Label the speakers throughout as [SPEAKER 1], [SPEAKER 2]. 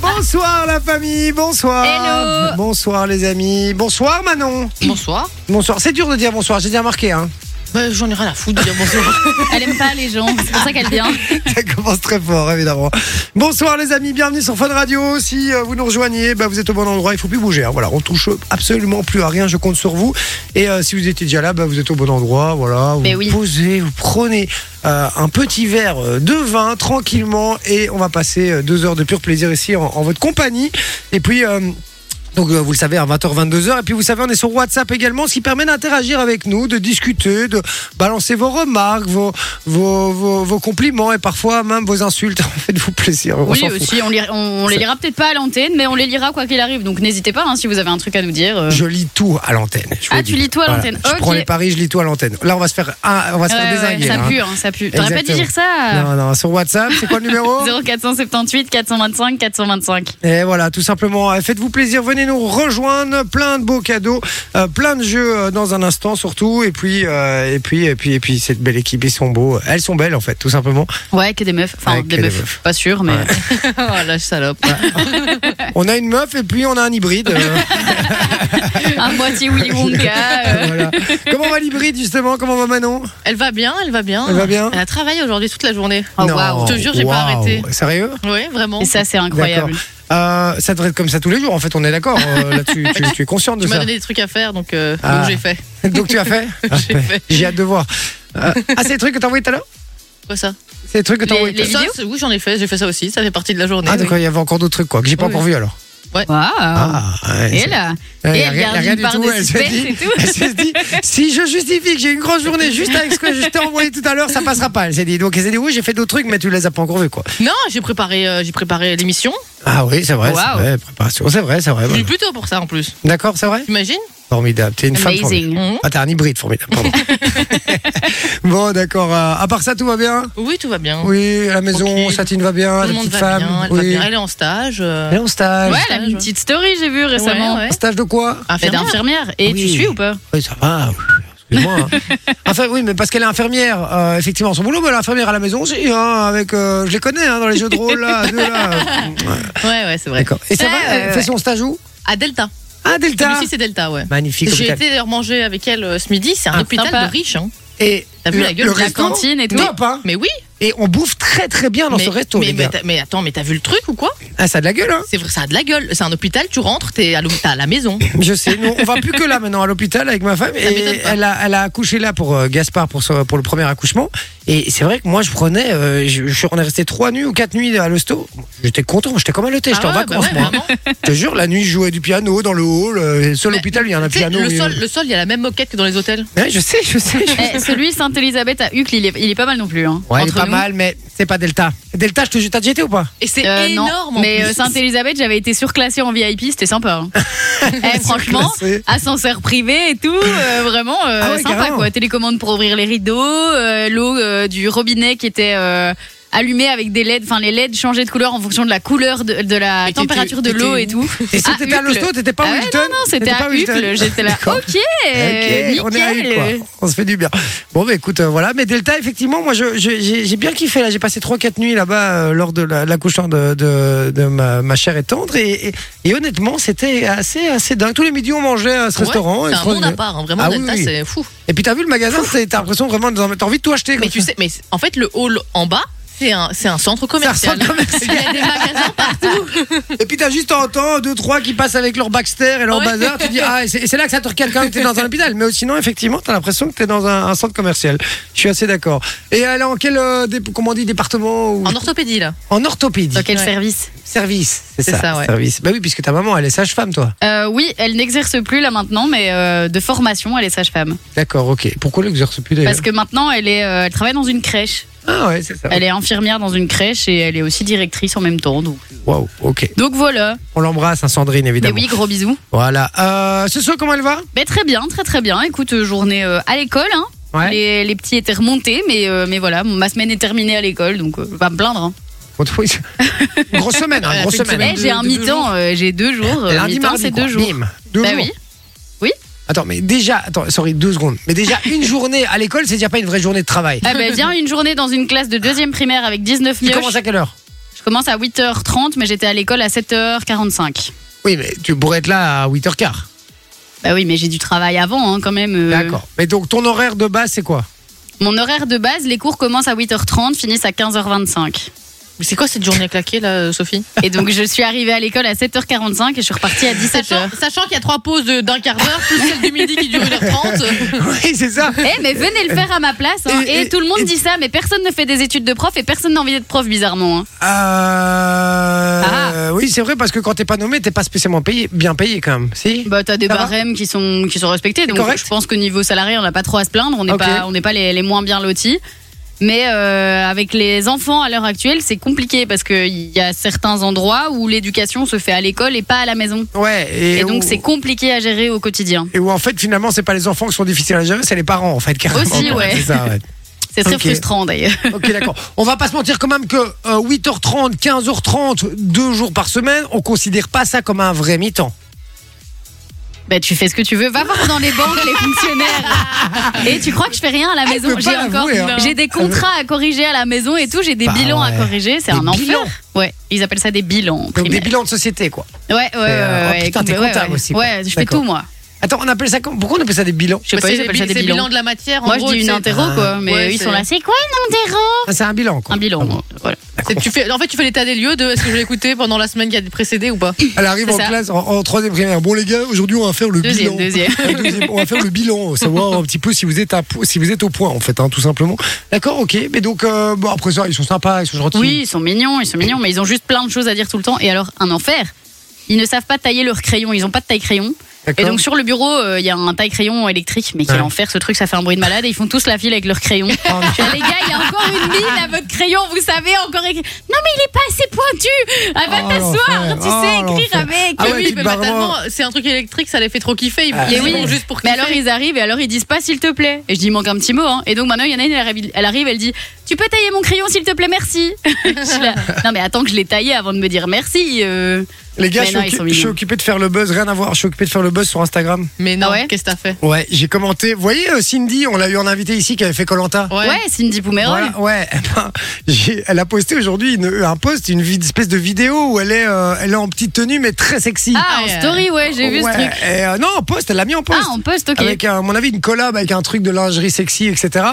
[SPEAKER 1] Bonsoir la famille, bonsoir.
[SPEAKER 2] Hello.
[SPEAKER 1] Bonsoir les amis, bonsoir Manon.
[SPEAKER 3] Bonsoir.
[SPEAKER 1] Bonsoir, c'est dur de dire bonsoir, j'ai bien remarqué. Hein.
[SPEAKER 3] Bah, J'en ai rien à foutre de dire bonsoir.
[SPEAKER 2] Elle aime pas les gens, c'est pour ça qu'elle hein. vient.
[SPEAKER 1] Ça commence très fort évidemment. Bonsoir les amis, bienvenue sur Fun Radio. Si euh, vous nous rejoignez, bah, vous êtes au bon endroit, il faut plus bouger. hein. Voilà, on touche absolument plus à rien, je compte sur vous. Et euh, si vous étiez déjà là, bah, vous êtes au bon endroit. Voilà, vous
[SPEAKER 2] Mais Ben oui.
[SPEAKER 1] posez, vous prenez euh, un petit verre euh, de vin tranquillement et on va passer euh, deux heures de pur plaisir ici en, en votre compagnie. Et puis. euh, donc euh, vous le savez à 20h 22h et puis vous savez on est sur WhatsApp également ce qui permet d'interagir avec nous, de discuter, de balancer vos remarques, vos vos, vos, vos compliments et parfois même vos insultes. Faites-vous plaisir. on
[SPEAKER 2] Oui,
[SPEAKER 1] s'en fout.
[SPEAKER 2] aussi, on, les- on- on les lira peut-être pas à l'antenne, mais on les lira quoi qu'il arrive. Donc n'hésitez pas hein, si vous avez un truc à nous dire. euh.
[SPEAKER 1] Je lis tout à l'antenne. je vous
[SPEAKER 2] Ah,
[SPEAKER 1] le
[SPEAKER 2] tu
[SPEAKER 1] dis.
[SPEAKER 2] lis tout à l'antenne.
[SPEAKER 1] Je
[SPEAKER 2] Ok.
[SPEAKER 1] prends les paris, je lis tout à l'antenne. Là on va se faire ah, on va se
[SPEAKER 2] Ouais,
[SPEAKER 1] faire
[SPEAKER 2] ouais,
[SPEAKER 1] désinguer,
[SPEAKER 2] ça
[SPEAKER 1] hein.
[SPEAKER 2] pue, hein, ça pue. T'aurais pas dû
[SPEAKER 1] Exactement.
[SPEAKER 2] dire
[SPEAKER 1] Non
[SPEAKER 2] ça
[SPEAKER 1] non, sur WhatsApp, c'est quoi le numéro
[SPEAKER 2] 0478 425 425.
[SPEAKER 1] Et voilà, tout simplement, euh, faites-vous plaisir, venez nous rejoindre, plein de beaux cadeaux, euh, plein de jeux euh, dans un instant surtout, et puis, euh, et puis, et puis, et puis, cette belle équipe, ils sont beaux, elles sont belles en fait, tout simplement.
[SPEAKER 2] Ouais, que des meufs. Enfin,
[SPEAKER 1] Ouais, que
[SPEAKER 2] des,
[SPEAKER 1] des
[SPEAKER 2] meufs.
[SPEAKER 1] meufs.
[SPEAKER 2] Pas sûr, mais.
[SPEAKER 3] oh, la salope.
[SPEAKER 1] On a une meuf et puis on a un hybride. euh,
[SPEAKER 2] un moitié Willy Wonka. euh.
[SPEAKER 1] voilà. Comment va l'hybride justement Comment va Manon
[SPEAKER 3] Elle va bien, elle va bien.
[SPEAKER 1] Elle va bien
[SPEAKER 3] Elle a travaillé aujourd'hui toute la journée. Ah,
[SPEAKER 2] Oh,
[SPEAKER 1] Non.
[SPEAKER 2] waouh.
[SPEAKER 3] Je te jure, j'ai pas
[SPEAKER 1] Waouh.
[SPEAKER 3] arrêté.
[SPEAKER 1] Sérieux
[SPEAKER 3] Oui, vraiment.
[SPEAKER 2] Et ça, c'est incroyable.
[SPEAKER 1] D'accord. Euh, ça devrait être comme ça tous les jours, en fait, on est d'accord euh, là-dessus. tu, tu es consciente de
[SPEAKER 3] Tu m'as
[SPEAKER 1] ça
[SPEAKER 3] donné des trucs à faire, donc, euh, donc
[SPEAKER 1] Ah.
[SPEAKER 3] j'ai fait.
[SPEAKER 1] Donc tu as fait Ah, ben,
[SPEAKER 3] J'ai fait.
[SPEAKER 1] J'ai hâte de voir. Euh, ah, c'est les trucs que t'as envoyé tout à l'heure
[SPEAKER 3] Quoi ça
[SPEAKER 1] C'est les trucs que t'as
[SPEAKER 2] Les-
[SPEAKER 1] envoyé tout à
[SPEAKER 2] les-
[SPEAKER 1] l'heure
[SPEAKER 3] Ça,
[SPEAKER 2] vidéos
[SPEAKER 3] c'est- Oui, j'en ai fait. J'ai fait ça aussi. Ça fait partie de la journée.
[SPEAKER 1] Ah,
[SPEAKER 3] oui.
[SPEAKER 1] d'accord, il y avait encore d'autres trucs quoi, que j'ai pas
[SPEAKER 3] Oui.
[SPEAKER 1] encore vu alors.
[SPEAKER 2] Waouh.
[SPEAKER 1] Ah, ouais,
[SPEAKER 2] et
[SPEAKER 1] c'est-
[SPEAKER 2] là,
[SPEAKER 1] Ouais,
[SPEAKER 2] et
[SPEAKER 1] y a
[SPEAKER 2] elle
[SPEAKER 1] rien- y a
[SPEAKER 2] garde
[SPEAKER 1] rien
[SPEAKER 2] une
[SPEAKER 1] du
[SPEAKER 2] part
[SPEAKER 1] tout,
[SPEAKER 2] de
[SPEAKER 1] elle se
[SPEAKER 2] suspense
[SPEAKER 1] dit-
[SPEAKER 2] et tout.
[SPEAKER 1] Elle s'est dit, si je justifie que j'ai eu une grosse journée juste avec ce que je t'ai envoyé tout à l'heure, ça passera pas. Elle s'est dit, donc elle s'est dit, oui, j'ai fait d'autres trucs, mais tu les as pas encore vus, quoi.
[SPEAKER 3] Non, j'ai préparé, euh, j'ai préparé l'émission.
[SPEAKER 1] Ah oui, c'est vrai, c'est
[SPEAKER 2] Waouh. Mm.
[SPEAKER 1] vrai, préparation, c'est vrai, c'est vrai.
[SPEAKER 3] Je suis
[SPEAKER 1] voilà.
[SPEAKER 3] plutôt pour ça en plus.
[SPEAKER 1] D'accord, c'est vrai
[SPEAKER 3] T'imagines
[SPEAKER 1] Formidable, t'es une femme formidable.
[SPEAKER 2] Amazing. Mm.
[SPEAKER 3] Mhm.
[SPEAKER 1] Ah, t'es un hybride formidable, pardon. bon, d'accord, euh, à part ça, tout va bien
[SPEAKER 3] Oui, tout va bien.
[SPEAKER 1] Oui, à la maison,
[SPEAKER 3] Tranquille.
[SPEAKER 1] Satine va bien,
[SPEAKER 3] tout le
[SPEAKER 1] la
[SPEAKER 3] monde
[SPEAKER 1] petite
[SPEAKER 3] va
[SPEAKER 1] femme.
[SPEAKER 3] bien. Elle, va
[SPEAKER 1] oui.
[SPEAKER 3] bien. elle est en stage. euh,
[SPEAKER 1] Elle est en stage.
[SPEAKER 2] Ouais, elle a mis une petite story, j'ai vu récemment.
[SPEAKER 3] ouais, ouais.
[SPEAKER 1] Un Stage de quoi
[SPEAKER 2] Elle est
[SPEAKER 3] infirmière.
[SPEAKER 2] infirmière. Et tu
[SPEAKER 1] Oui.
[SPEAKER 2] suis ou pas
[SPEAKER 1] Oui, ça va. Excuse-moi. hein. Enfin, oui, mais parce qu'elle est infirmière, euh, effectivement, son boulot, mais l'infirmière à la maison aussi, hein, avec, euh, je les connais, hein, dans les jeux de rôle, là, deux, là. Ouais,
[SPEAKER 3] Ouais, ouais, c'est vrai. Eh, euh,
[SPEAKER 1] D'accord. Et ça va,
[SPEAKER 2] Ouais,
[SPEAKER 1] elle
[SPEAKER 2] ouais,
[SPEAKER 1] fait
[SPEAKER 2] ouais.
[SPEAKER 1] son stage où
[SPEAKER 3] À Delta.
[SPEAKER 1] Ah, Delta
[SPEAKER 3] Lucie, c'est Delta, ouais.
[SPEAKER 1] Magnifique
[SPEAKER 3] J'ai
[SPEAKER 1] hôpital.
[SPEAKER 3] été d'ailleurs manger avec elle euh, ce midi, c'est un
[SPEAKER 1] Ah,
[SPEAKER 3] hôpital
[SPEAKER 2] sympa.
[SPEAKER 3] de riches. Hein.
[SPEAKER 1] Et
[SPEAKER 3] T'as vu
[SPEAKER 1] le-
[SPEAKER 3] la gueule
[SPEAKER 1] le
[SPEAKER 3] de la
[SPEAKER 1] resto,
[SPEAKER 2] cantine et tout.
[SPEAKER 1] Top, hein
[SPEAKER 3] Mais oui,
[SPEAKER 1] Et on bouffe très très bien dans
[SPEAKER 3] mais,
[SPEAKER 1] ce resto,
[SPEAKER 3] mais,
[SPEAKER 1] les
[SPEAKER 3] mais
[SPEAKER 1] gars.
[SPEAKER 3] t'as- mais attends, mais t'as vu le truc ou quoi
[SPEAKER 1] Ah, ça a de la gueule, hein
[SPEAKER 3] C'est vrai, ça a de la gueule. C'est un hôpital, tu rentres, t'es à, l'hôp- t'es à la maison.
[SPEAKER 1] Je sais, nous, on va plus que là maintenant à l'hôpital avec ma femme.
[SPEAKER 3] m'étonne
[SPEAKER 1] Et
[SPEAKER 3] pas.
[SPEAKER 1] elle a, elle a accouché là pour euh, Gaspard pour, son- pour le premier accouchement. Et c'est vrai que moi je prenais, euh, je, je- on est resté trois nuits ou quatre nuits à l'hosto. J'étais content, j'étais comme à l'hôtel, j'étais
[SPEAKER 3] Ah
[SPEAKER 1] en
[SPEAKER 3] ouais, bah
[SPEAKER 1] vacances
[SPEAKER 3] ouais,
[SPEAKER 1] moi.
[SPEAKER 3] vraiment.
[SPEAKER 1] Je te jure, la nuit je jouais du piano dans le hall. euh, et Seul
[SPEAKER 3] Mais-
[SPEAKER 1] hôpital, il y a un
[SPEAKER 3] Tu sais,
[SPEAKER 1] piano. au
[SPEAKER 3] le,
[SPEAKER 1] milieu.
[SPEAKER 3] sol, le sol, il y a la même moquette que dans les hôtels.
[SPEAKER 1] Ouais, je sais, je sais. je-
[SPEAKER 2] Eh, Celui Sainte-Elisabeth à Uccle, il est, il est pas mal non plus. Hein,
[SPEAKER 1] Ouais, il est
[SPEAKER 2] Entre
[SPEAKER 1] pas
[SPEAKER 2] nous.
[SPEAKER 1] mal, mais c'est pas Delta. Delta, je te jure, t'as déjà été ou pas
[SPEAKER 3] Et c'est
[SPEAKER 2] Euh, non.
[SPEAKER 3] énorme. en
[SPEAKER 2] Mais
[SPEAKER 3] plus.
[SPEAKER 2] euh, Sainte-Elisabeth, j'avais été surclassée en VIP, c'était sympa. hein. Eh, franchement,
[SPEAKER 1] Surclassée.
[SPEAKER 2] ascenseur privé et tout, euh, vraiment euh,
[SPEAKER 1] Ah ouais,
[SPEAKER 2] sympa
[SPEAKER 1] carrément.
[SPEAKER 2] quoi. Télécommande pour ouvrir les rideaux, euh, l'eau euh, du robinet qui était euh, allumée avec des LED, enfin les LED changeaient de couleur en fonction de la couleur de, de la
[SPEAKER 3] Et t'étais-
[SPEAKER 2] température de
[SPEAKER 3] t'étais
[SPEAKER 2] l'eau
[SPEAKER 3] où
[SPEAKER 2] et tout.
[SPEAKER 1] Et si
[SPEAKER 2] Ah,
[SPEAKER 1] t'étais à
[SPEAKER 2] Uccle.
[SPEAKER 1] l'hosto, t'étais pas
[SPEAKER 2] Ah
[SPEAKER 1] à
[SPEAKER 2] ouais,
[SPEAKER 1] Wilton
[SPEAKER 2] non, non, c'était
[SPEAKER 1] T'étais
[SPEAKER 2] à
[SPEAKER 1] pas Wilton.
[SPEAKER 2] Uccle, j'étais là.
[SPEAKER 1] D'accord.
[SPEAKER 2] Ok,
[SPEAKER 3] Euh,
[SPEAKER 1] Ok, on est à Hucle, quoi.
[SPEAKER 2] nickel.
[SPEAKER 1] On se fait du bien. Bon, bah écoute, euh, voilà. Mais Delta, effectivement, moi, je- je- j'ai j'ai bien kiffé. Là, j'ai passé 3-4 nuits là-bas euh, lors de la- l'accouchement de, de, de ma, ma chère et tendre. Et, et- et honnêtement, c'était assez, assez dingue. Tous les midis, on mangeait à ce
[SPEAKER 3] Ouais,
[SPEAKER 1] restaurant. et
[SPEAKER 3] C'est un monde à
[SPEAKER 1] franchement,
[SPEAKER 3] part, hein, vraiment,
[SPEAKER 1] Ah oui,
[SPEAKER 3] Delta,
[SPEAKER 1] oui.
[SPEAKER 3] c'est fou.
[SPEAKER 1] Et puis, t'as vu le magasin c'est- T'as l'impression vraiment de- T'as envie de tout acheter.
[SPEAKER 3] Mais
[SPEAKER 1] quoi.
[SPEAKER 3] tu sais, mais c'est- en fait, le hall en bas, c'est un, c'est un centre commercial.
[SPEAKER 1] ressemble
[SPEAKER 3] Il y a des magasins partout.
[SPEAKER 1] Et puis, t'as juste en temps 2-3 qui passent avec leur Baxter et leur
[SPEAKER 3] Ouais.
[SPEAKER 1] bazar. Tu dis, ah, et c'est et c'est là que ça te recale quand même que t'es dans un hôpital. Mais sinon, effectivement, t'as l'impression que t'es dans un, un centre commercial. Je suis assez d'accord. Et elle est en quel euh, dé- comment on dit, département ou-
[SPEAKER 3] En orthopédie, là.
[SPEAKER 1] En orthopédie.
[SPEAKER 2] Dans quel
[SPEAKER 3] Ouais.
[SPEAKER 2] service
[SPEAKER 1] Service, c'est
[SPEAKER 3] C'est
[SPEAKER 1] ça.
[SPEAKER 3] ça, ouais.
[SPEAKER 1] Service. Bah oui, puisque ta maman, elle est sage-femme, toi.
[SPEAKER 2] Euh, Oui, elle n'exerce plus là maintenant, mais euh, de formation, elle est sage-femme.
[SPEAKER 1] D'accord, ok. Pourquoi l'exerce plus d'ailleurs
[SPEAKER 2] Parce que maintenant, elle, est, euh, elle travaille dans une crèche.
[SPEAKER 1] Ah ouais, c'est ça.
[SPEAKER 2] Elle est infirmière dans une crèche et elle est aussi directrice en même temps. Donc,
[SPEAKER 1] Waouh, ok.
[SPEAKER 2] donc voilà.
[SPEAKER 1] On l'embrasse, hein, Sandrine,
[SPEAKER 2] Mais
[SPEAKER 1] évidemment.
[SPEAKER 2] oui, gros bisous.
[SPEAKER 1] Voilà. Euh, ce soir, comment elle va
[SPEAKER 2] Mais très bien, très très bien. Écoute, euh, journée euh, à l'école. Hein.
[SPEAKER 1] Ouais.
[SPEAKER 2] Les, les petits étaient remontés, mais, euh, mais voilà, ma semaine est terminée à l'école, donc euh, je vais pas me plaindre. hein.
[SPEAKER 1] Bon, oui, c'est- Une grosse semaine, hein,
[SPEAKER 3] Elle a
[SPEAKER 1] grosse
[SPEAKER 3] fait une
[SPEAKER 1] semaine.
[SPEAKER 3] semaine.
[SPEAKER 2] Eh, j'ai un
[SPEAKER 3] de- de deux
[SPEAKER 2] mi-temps, euh, j'ai deux jours. euh,
[SPEAKER 1] Lundi,
[SPEAKER 2] mi-temps,
[SPEAKER 1] mardi,
[SPEAKER 2] c'est
[SPEAKER 1] quoi.
[SPEAKER 2] deux jours.
[SPEAKER 1] Bim. Deux
[SPEAKER 2] Bah
[SPEAKER 1] jours.
[SPEAKER 2] oui. Oui.
[SPEAKER 1] Attends, mais déjà, attends, sorry, deux secondes. Mais déjà, une journée à l'école, c'est déjà pas une vraie journée de travail.
[SPEAKER 2] Ah ben, viens une journée dans une classe de deuxième primaire avec 19
[SPEAKER 1] Tu
[SPEAKER 2] mioches.
[SPEAKER 1] commences à quelle heure
[SPEAKER 2] Je Je commence à 8h30, mais j'étais à l'école à 7h45.
[SPEAKER 1] Oui, mais tu pourrais être là à 8h15.
[SPEAKER 2] Bah oui, mais j'ai du travail avant hein, quand même. euh.
[SPEAKER 1] D'accord. Mais donc, ton horaire de base, c'est quoi
[SPEAKER 2] Mon horaire de base, les cours commencent à 8h30, finissent à 15h25.
[SPEAKER 3] Mais c'est quoi cette journée claquée là, euh, Sophie
[SPEAKER 2] Et donc je suis arrivée à l'école à 7h45 et je suis repartie à 17h.
[SPEAKER 3] Sachant, sachant qu'il y a trois pauses de- d'un quart d'heure, plus celle du midi qui dure 1h30.
[SPEAKER 1] Oui, c'est ça.
[SPEAKER 2] Eh mais venez le faire à ma place hein.
[SPEAKER 1] Et-
[SPEAKER 2] et,
[SPEAKER 1] et-
[SPEAKER 2] tout le monde dit ça mais personne ne fait des études de prof et personne n'a envie d'être prof bizarrement hein.
[SPEAKER 1] Euh,
[SPEAKER 2] Ah.
[SPEAKER 1] Oui, c'est vrai, parce que quand t'es pas nommé, t'es pas spécialement payé, bien payé quand même. Si
[SPEAKER 2] Bah t'as des
[SPEAKER 1] Ça va
[SPEAKER 2] barèmes qui sont qui sont respectés donc
[SPEAKER 1] correct
[SPEAKER 2] je pense qu'au niveau salarié on n'a pas trop à se plaindre on n'est
[SPEAKER 1] Ok.
[SPEAKER 2] pas on n'est pas les, les moins bien lotis mais euh, avec les enfants à l'heure actuelle c'est compliqué parce que il y a certains endroits où l'éducation se fait à l'école et pas à la maison
[SPEAKER 1] Ouais.
[SPEAKER 2] et,
[SPEAKER 1] Et,
[SPEAKER 2] donc
[SPEAKER 1] où-
[SPEAKER 2] c'est compliqué à gérer au quotidien
[SPEAKER 1] Et où en fait, finalement, c'est pas les enfants qui sont difficiles à gérer, c'est les parents en fait. carrément.
[SPEAKER 2] Aussi, ouais.
[SPEAKER 1] C'est ça, ouais.
[SPEAKER 2] c'est très
[SPEAKER 1] Ok.
[SPEAKER 2] frustrant d'ailleurs
[SPEAKER 1] Ok, d'accord. On va pas se mentir quand même que euh, 8h30, 15h30, deux jours par semaine, on considère pas ça comme un vrai mi-temps.
[SPEAKER 2] bah tu fais ce que tu veux va voir dans les banques les fonctionnaires et tu crois que je fais rien à la
[SPEAKER 1] Elle
[SPEAKER 2] maison
[SPEAKER 1] Ah, peut
[SPEAKER 2] j'ai
[SPEAKER 1] pas
[SPEAKER 2] encore
[SPEAKER 1] l'avouer, hein.
[SPEAKER 2] j'ai des contrats à corriger à la maison et tout j'ai des
[SPEAKER 1] Bah
[SPEAKER 2] bilans à
[SPEAKER 1] ouais.
[SPEAKER 2] corriger c'est
[SPEAKER 1] Des
[SPEAKER 2] un enfer
[SPEAKER 1] bilans.
[SPEAKER 2] ouais ils appellent ça des bilans en
[SPEAKER 1] Donc des
[SPEAKER 2] primaire.
[SPEAKER 1] bilans de société, quoi.
[SPEAKER 2] Ouais, ouais, ouais.
[SPEAKER 1] euh, oh
[SPEAKER 2] ouais,
[SPEAKER 1] putain, t'es
[SPEAKER 2] ouais,
[SPEAKER 1] comptable
[SPEAKER 2] ouais.
[SPEAKER 1] aussi, quoi.
[SPEAKER 2] Ouais, je fais
[SPEAKER 1] D'accord.
[SPEAKER 2] tout, moi.
[SPEAKER 1] Attends, on appelle ça comment Pourquoi on appelle ça des bilans
[SPEAKER 2] Je sais pas,
[SPEAKER 3] c'est
[SPEAKER 2] ils appellent ça
[SPEAKER 3] bi-
[SPEAKER 2] des
[SPEAKER 3] c'est
[SPEAKER 2] bilans.
[SPEAKER 3] bilan de la matière. en
[SPEAKER 2] Moi, je
[SPEAKER 3] gros,
[SPEAKER 2] dis une
[SPEAKER 3] c'est-
[SPEAKER 2] interro, quoi. Mais
[SPEAKER 3] Ouais,
[SPEAKER 2] eux, ils
[SPEAKER 3] c'est-
[SPEAKER 2] sont là. C'est quoi une interro
[SPEAKER 1] Ah, C'est un bilan, quoi.
[SPEAKER 2] Un bilan. euh,
[SPEAKER 1] Ah bon.
[SPEAKER 2] voilà.
[SPEAKER 3] c'est-
[SPEAKER 1] D'accord.
[SPEAKER 3] tu fais, en fait, tu fais l'état des lieux de est-ce que je l'ai écouté pendant la semaine qui a précédé ou pas
[SPEAKER 1] Elle arrive
[SPEAKER 2] C'est
[SPEAKER 1] en
[SPEAKER 2] ça.
[SPEAKER 1] classe en, en troisième primaire. Bon les gars, aujourd'hui on va faire le
[SPEAKER 2] Deuxième,
[SPEAKER 1] bilan.
[SPEAKER 2] deuxième.
[SPEAKER 1] Euh, deuxième. On va faire le bilan, savoir un petit peu si vous êtes à, po- si vous êtes au point en fait, hein, tout simplement. D'accord, ok. Mais donc euh, bon après ça, ils sont sympas, ils sont gentils.
[SPEAKER 2] Oui, ils sont mignons, ils sont mignons, mais ils ont juste plein de choses à dire tout le temps. Et alors, un enfer. Ils ne savent pas tailler leur crayon, ils n'ont pas de taille crayon. Et
[SPEAKER 1] D'accord.
[SPEAKER 2] donc, sur le bureau, euh, il y a un taille crayon électrique. Mais quel
[SPEAKER 1] Ouais.
[SPEAKER 2] enfer, ce truc, ça fait un bruit de malade. Et ils font tous la file avec leur crayon.
[SPEAKER 1] Oh, mais-
[SPEAKER 2] Je dis, Les gars, il y a encore une mine à votre crayon, vous savez, encore écrit. Non, mais il est pas assez pointu. Ah, va
[SPEAKER 1] Oh,
[SPEAKER 2] t'asseoir,
[SPEAKER 1] l'enfer.
[SPEAKER 2] tu
[SPEAKER 1] Oh,
[SPEAKER 2] sais
[SPEAKER 1] l'enfer.
[SPEAKER 2] écrire avec.
[SPEAKER 3] Ah
[SPEAKER 1] Ah ouais,
[SPEAKER 3] oui,
[SPEAKER 1] tu te
[SPEAKER 3] mais
[SPEAKER 1] barres
[SPEAKER 3] mentalement, c'est un truc électrique, ça les fait trop kiffer. Ils,
[SPEAKER 1] Ah,
[SPEAKER 3] ils
[SPEAKER 2] mais oui.
[SPEAKER 3] vont juste pour
[SPEAKER 2] Mais
[SPEAKER 3] kiffer.
[SPEAKER 2] alors ils arrivent et alors ils disent pas s'il te plaît. Et je dis il manque un petit mot. Hein. Et donc maintenant il y en a une, elle arrive, elle, arrive, elle dit tu peux tailler mon crayon s'il te plaît merci. Je suis là, non mais attends que je l'ai taillé avant de me dire merci. euh.
[SPEAKER 1] les gars,
[SPEAKER 2] Mais
[SPEAKER 1] je suis
[SPEAKER 2] non, ils
[SPEAKER 1] occu-
[SPEAKER 2] sont
[SPEAKER 1] je suis
[SPEAKER 2] mignons.
[SPEAKER 1] occupé de faire le buzz, rien à voir. Je suis occupé de faire le buzz sur Instagram.
[SPEAKER 3] Mais non,
[SPEAKER 2] Ah ouais
[SPEAKER 3] qu'est-ce que t'as fait
[SPEAKER 1] Ouais, j'ai commenté. Vous voyez euh, Cindy, on l'a eu en invité ici qui avait fait Colanta.
[SPEAKER 2] Ouais. Cindy Poumerol.
[SPEAKER 1] ouais. eh ben, j'ai- elle a posté aujourd'hui une- un post, une vid- espèce de vidéo où elle est, euh, elle est en petite tenue mais très sexy.
[SPEAKER 2] Ah en
[SPEAKER 3] Ouais.
[SPEAKER 2] story ouais j'ai vu
[SPEAKER 1] Ouais,
[SPEAKER 2] ce truc.
[SPEAKER 1] et, euh, non, en post, elle l'a mis en post.
[SPEAKER 2] Ah en poste ok.
[SPEAKER 1] Avec, euh, à mon avis, une collab avec un truc de lingerie sexy, etc.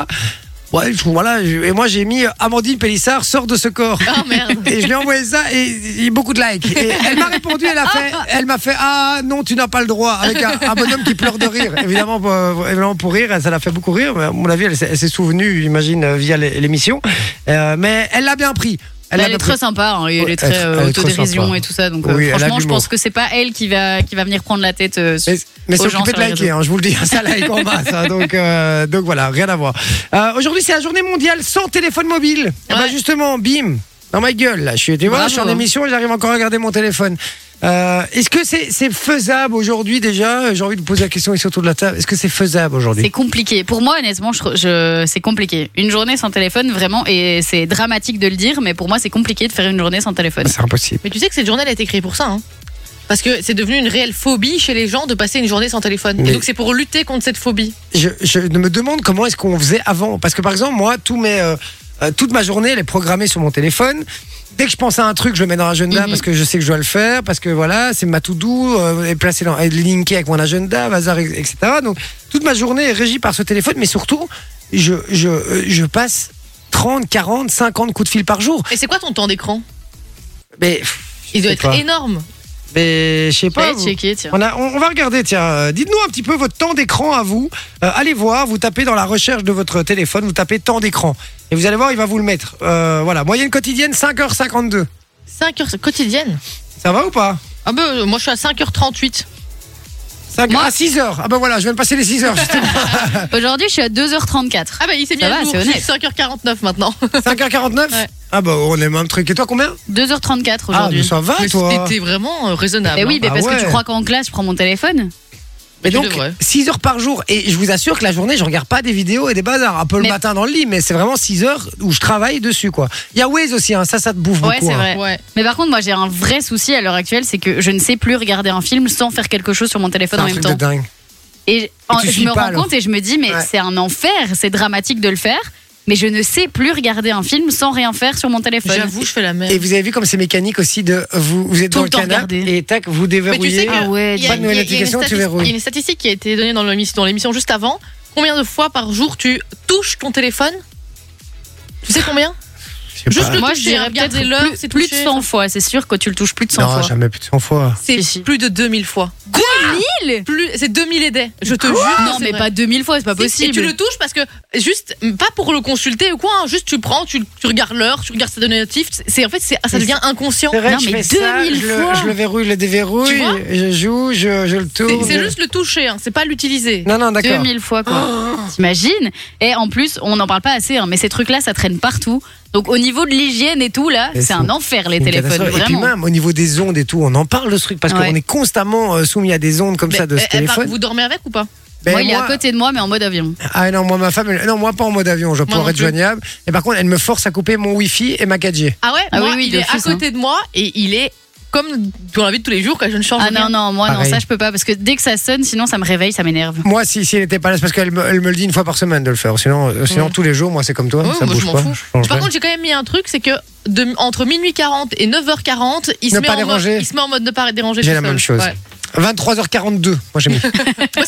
[SPEAKER 1] Ouais, je- voilà. je- et moi, j'ai mis euh, Amandine Pélissard sort de ce corps.
[SPEAKER 2] Ah.
[SPEAKER 3] Oh merde.
[SPEAKER 1] Et je lui ai envoyé ça et il y a beaucoup de likes. Et elle m'a répondu, elle a fait, elle m'a fait ah non tu n'as pas le droit avec un, un bonhomme qui pleure de rire. Évidemment, pour, euh, évidemment pour rire, ça l'a fait beaucoup rire. Mais à mon avis, elle, s'est- elle s'est souvenue, j'imagine, euh, via l'é- l'émission. Euh, mais elle l'a bien pris.
[SPEAKER 2] Elle,
[SPEAKER 1] l'a
[SPEAKER 2] est
[SPEAKER 1] bien
[SPEAKER 2] très
[SPEAKER 1] pris.
[SPEAKER 2] sympa, hein, et elle
[SPEAKER 1] Ouais,
[SPEAKER 2] est très
[SPEAKER 1] elle-
[SPEAKER 2] euh,
[SPEAKER 1] elle est très
[SPEAKER 2] autodérision
[SPEAKER 1] sympa.
[SPEAKER 2] et tout ça. Donc euh,
[SPEAKER 1] Oui, elle a de
[SPEAKER 2] franchement, je
[SPEAKER 1] l'humour.
[SPEAKER 2] pense que c'est pas elle qui va qui va venir prendre la tête. euh, sur-
[SPEAKER 1] Mais, mais c'est
[SPEAKER 2] aux gens
[SPEAKER 1] occupé de
[SPEAKER 2] sur les
[SPEAKER 1] liker, hein, je vous le dis, ça like en masse. hein. donc, euh, donc voilà, rien à voir. Euh, Aujourd'hui, c'est la journée mondiale sans téléphone mobile. Eh ben,
[SPEAKER 3] Ouais.
[SPEAKER 1] justement, bim, dans ma gueule, là, je suis, tu vois,
[SPEAKER 3] Bravo.
[SPEAKER 1] je suis en émission et j'arrive encore à regarder mon téléphone. Euh, Est-ce que c'est c'est faisable aujourd'hui déjà J'ai envie de poser la question ici autour de la table. Est-ce que c'est faisable
[SPEAKER 2] C'est
[SPEAKER 1] aujourd'hui
[SPEAKER 2] compliqué. Pour moi, honnêtement, je, je- c'est compliqué. Une journée sans téléphone, vraiment, et c'est dramatique de le dire, mais pour moi, c'est compliqué de faire une journée sans téléphone.
[SPEAKER 1] C'est impossible.
[SPEAKER 3] Mais tu sais que cette journée, elle a été créée pour ça. hein. Parce que c'est devenu une réelle phobie chez les gens de passer une journée sans téléphone.
[SPEAKER 1] Mais-
[SPEAKER 3] Et donc c'est pour lutter contre cette phobie.
[SPEAKER 1] Je, je me demande comment est-ce qu'on faisait avant. Parce que par exemple, moi, tous mes, euh, euh, toute ma journée, elle est programmée sur mon téléphone. Dès que je pense à un truc, je le mets dans l'agenda
[SPEAKER 2] Mhm.
[SPEAKER 1] parce que je sais que je dois le faire, parce que voilà, c'est ma to-do, euh, est placée dans, est linkée avec mon agenda, bazar, et- etc. Donc, toute ma journée est régie par ce téléphone, mais surtout, je, je, euh, je passe 30, 40, 50 coups de fil par jour.
[SPEAKER 3] Et c'est quoi ton temps d'écran
[SPEAKER 1] Mais,
[SPEAKER 3] Il doit
[SPEAKER 1] sais
[SPEAKER 3] être
[SPEAKER 1] pas.
[SPEAKER 3] énorme.
[SPEAKER 1] mais je sais
[SPEAKER 2] Je vais
[SPEAKER 1] pas.
[SPEAKER 2] aller
[SPEAKER 1] vous-
[SPEAKER 2] checker, tiens.
[SPEAKER 1] on, a- on- on va regarder, tiens, euh, dites-nous un petit peu votre temps d'écran à vous. Euh, allez voir, vous tapez dans la recherche de votre téléphone, vous tapez temps d'écran. Et vous allez voir, il va vous le mettre. Euh, voilà, moyenne quotidienne 5h52.
[SPEAKER 3] 5 heures quotidienne.
[SPEAKER 1] Ça va ou pas
[SPEAKER 3] Ah ben euh, moi je suis à 5h38.
[SPEAKER 1] 5
[SPEAKER 2] Moi-
[SPEAKER 1] à 6h. Ah ben voilà, je viens de passer les 6h.
[SPEAKER 2] Aujourd'hui, je suis à 2h34.
[SPEAKER 3] Ah ben il s'est mis
[SPEAKER 2] Ça
[SPEAKER 3] à
[SPEAKER 2] va,
[SPEAKER 3] jour.
[SPEAKER 2] c'est
[SPEAKER 3] Je suis
[SPEAKER 2] honnête.
[SPEAKER 3] 5h49 maintenant.
[SPEAKER 1] 5h49
[SPEAKER 3] Ouais.
[SPEAKER 1] Ah bah on est le même truc. Et toi combien
[SPEAKER 2] 2h34
[SPEAKER 1] Ah mais
[SPEAKER 2] aujourd'hui.
[SPEAKER 1] ça va
[SPEAKER 3] Mais
[SPEAKER 1] toi
[SPEAKER 3] T'es vraiment euh, raisonnable.
[SPEAKER 2] mais oui,
[SPEAKER 3] hein.
[SPEAKER 2] mais
[SPEAKER 1] Ah
[SPEAKER 2] parce que
[SPEAKER 1] ouais.
[SPEAKER 2] tu crois qu'en classe, je prends mon téléphone.
[SPEAKER 1] Mais
[SPEAKER 3] tu
[SPEAKER 1] donc
[SPEAKER 3] devrais.
[SPEAKER 1] 6 heures par jour. Et je vous assure que la journée, je regarde pas des vidéos et des bazars. Un peu le
[SPEAKER 2] Mais-
[SPEAKER 1] matin dans le lit, mais c'est vraiment 6 heures où je travaille dessus quoi. Il y a Waze aussi, hein, ça ça te bouffe
[SPEAKER 2] Ouais,
[SPEAKER 1] beaucoup.
[SPEAKER 2] c'est
[SPEAKER 1] hein.
[SPEAKER 2] vrai.
[SPEAKER 3] Ouais.
[SPEAKER 2] Mais par contre, moi, j'ai un vrai souci à l'heure actuelle, c'est que je ne sais plus regarder un film sans faire quelque chose sur mon
[SPEAKER 1] C'est
[SPEAKER 2] téléphone
[SPEAKER 1] un
[SPEAKER 2] en même
[SPEAKER 1] truc
[SPEAKER 2] temps.
[SPEAKER 1] de dingue.
[SPEAKER 2] Et, en-
[SPEAKER 1] tu
[SPEAKER 2] je
[SPEAKER 1] suis
[SPEAKER 2] me
[SPEAKER 1] pas,
[SPEAKER 2] rends
[SPEAKER 1] alors.
[SPEAKER 2] compte et je me dis, mais
[SPEAKER 1] Ouais.
[SPEAKER 2] c'est un enfer, c'est dramatique de le faire. mais je ne sais plus regarder un film sans rien faire sur mon téléphone.
[SPEAKER 3] J'avoue, je fais la
[SPEAKER 1] Et
[SPEAKER 3] même.
[SPEAKER 1] vous avez vu comme c'est mécanique aussi de vous, vous êtes
[SPEAKER 2] Tout
[SPEAKER 1] dans
[SPEAKER 2] le
[SPEAKER 1] le
[SPEAKER 2] temps
[SPEAKER 1] canapé
[SPEAKER 2] regarder.
[SPEAKER 1] et tac, vous
[SPEAKER 3] Mais tu sais
[SPEAKER 1] déverrouillez.
[SPEAKER 3] que
[SPEAKER 2] Ah ouais,
[SPEAKER 3] il y
[SPEAKER 1] pas
[SPEAKER 3] a-
[SPEAKER 1] de nouvelle
[SPEAKER 3] il y a- il y a une
[SPEAKER 1] notification, tu
[SPEAKER 3] statistique-
[SPEAKER 1] verrouilles.
[SPEAKER 3] Il y a une statistique qui a été donnée dans l'émission, dans l'émission juste avant. Combien de fois par jour tu touches ton téléphone Tu sais combien
[SPEAKER 1] Je sais
[SPEAKER 3] Juste
[SPEAKER 1] pas.
[SPEAKER 3] le
[SPEAKER 2] Moi, je
[SPEAKER 3] toucher,
[SPEAKER 2] dirais
[SPEAKER 3] regarder
[SPEAKER 2] peut-être
[SPEAKER 3] l'heure,
[SPEAKER 2] plus,
[SPEAKER 3] c'est
[SPEAKER 2] plus de
[SPEAKER 3] toucher,
[SPEAKER 2] 100 fois. C'est sûr que tu le touches plus de 100
[SPEAKER 1] Non,
[SPEAKER 2] fois.
[SPEAKER 1] jamais plus de 100 fois.
[SPEAKER 3] C'est
[SPEAKER 2] Si, si.
[SPEAKER 3] plus de 2000 fois.
[SPEAKER 2] Mille
[SPEAKER 3] Plus, c'est 2000 et des. Je te jure. que
[SPEAKER 2] Ah Non,
[SPEAKER 3] c'est
[SPEAKER 2] mais
[SPEAKER 3] vrai.
[SPEAKER 2] pas 2000 fois, c'est pas
[SPEAKER 3] Si,
[SPEAKER 2] possible.
[SPEAKER 3] Et tu le touches parce que, juste, pas pour le consulter ou quoi, hein, juste tu prends, tu, tu regardes l'heure, tu regardes sa données notifs, c'est, en fait, c'est, ça devient inconscient.
[SPEAKER 1] C'est vrai,
[SPEAKER 2] Non,
[SPEAKER 1] que je
[SPEAKER 2] mais
[SPEAKER 1] fais ça,
[SPEAKER 2] 2000
[SPEAKER 1] je le,
[SPEAKER 2] fois.
[SPEAKER 1] je le verrouille, je le déverrouille,
[SPEAKER 3] Tu vois
[SPEAKER 1] je joue, je, je le
[SPEAKER 3] C'est,
[SPEAKER 1] tourne.
[SPEAKER 3] c'est juste le toucher, hein, c'est pas l'utiliser.
[SPEAKER 1] Non, non, d'accord. Oh.
[SPEAKER 2] 2000 fois, quoi. T'imagines Et en plus, on n'en parle pas assez, hein, mais ces trucs-là, ça traîne partout. Donc au niveau de l'hygiène et tout, là,
[SPEAKER 1] Mais
[SPEAKER 2] c'est
[SPEAKER 1] c'est-
[SPEAKER 2] un enfer, les
[SPEAKER 1] Une
[SPEAKER 2] téléphones,
[SPEAKER 1] catastrophe. Et puis
[SPEAKER 2] vraiment.
[SPEAKER 1] même au niveau des ondes et tout, on en parle de ce truc parce
[SPEAKER 2] Ouais.
[SPEAKER 1] qu'on est constamment euh, soumis à des ondes comme
[SPEAKER 3] Mais,
[SPEAKER 1] ça de
[SPEAKER 3] eh,
[SPEAKER 1] ce
[SPEAKER 3] eh, par-
[SPEAKER 1] téléphone.
[SPEAKER 3] vous dormez avec ou pas
[SPEAKER 1] Ben,
[SPEAKER 2] moi, il est à
[SPEAKER 1] moi-
[SPEAKER 2] côté de moi, mais en mode avion.
[SPEAKER 1] Ah non, moi ma femme, elle- non moi pas en mode avion, je vais
[SPEAKER 3] Moi
[SPEAKER 1] pouvoir
[SPEAKER 3] non
[SPEAKER 1] être
[SPEAKER 3] plus.
[SPEAKER 1] joignable. Et par contre, elle me force à couper mon wifi et ma 4G.
[SPEAKER 3] Ah ouais
[SPEAKER 2] Ah
[SPEAKER 3] moi,
[SPEAKER 2] oui, oui,
[SPEAKER 3] il est à
[SPEAKER 2] d'office, hein.
[SPEAKER 3] côté de moi et il est comme dans la vie de tous les jours quand je ne change
[SPEAKER 2] Ah
[SPEAKER 3] rien.
[SPEAKER 2] non, non, moi, non,
[SPEAKER 1] Pareil.
[SPEAKER 2] ça, je peux pas, parce que dès que ça sonne, sinon, ça me réveille, ça m'énerve.
[SPEAKER 1] Moi, si, si elle n'était pas là, c'est parce qu'elle me, elle me le dit une fois par semaine de le faire. Sinon, euh, sinon
[SPEAKER 3] Ouais.
[SPEAKER 1] tous les jours, moi, c'est comme toi,
[SPEAKER 3] Ouais,
[SPEAKER 1] ça
[SPEAKER 3] moi, je
[SPEAKER 1] bouge
[SPEAKER 3] m'en
[SPEAKER 1] pas.
[SPEAKER 3] fous.
[SPEAKER 1] je change
[SPEAKER 3] Par
[SPEAKER 1] rien.
[SPEAKER 3] contre, j'ai quand même mis un truc, c'est que de- entre minuit 40 et 9h40, il se,
[SPEAKER 1] Ne
[SPEAKER 3] met
[SPEAKER 1] pas
[SPEAKER 3] en mode,
[SPEAKER 1] déranger.
[SPEAKER 3] il se met en mode ne pas déranger.
[SPEAKER 1] J'ai
[SPEAKER 3] tout
[SPEAKER 1] la
[SPEAKER 3] seul.
[SPEAKER 1] même chose.
[SPEAKER 3] Ouais.
[SPEAKER 1] 23h42, moi j'ai mis.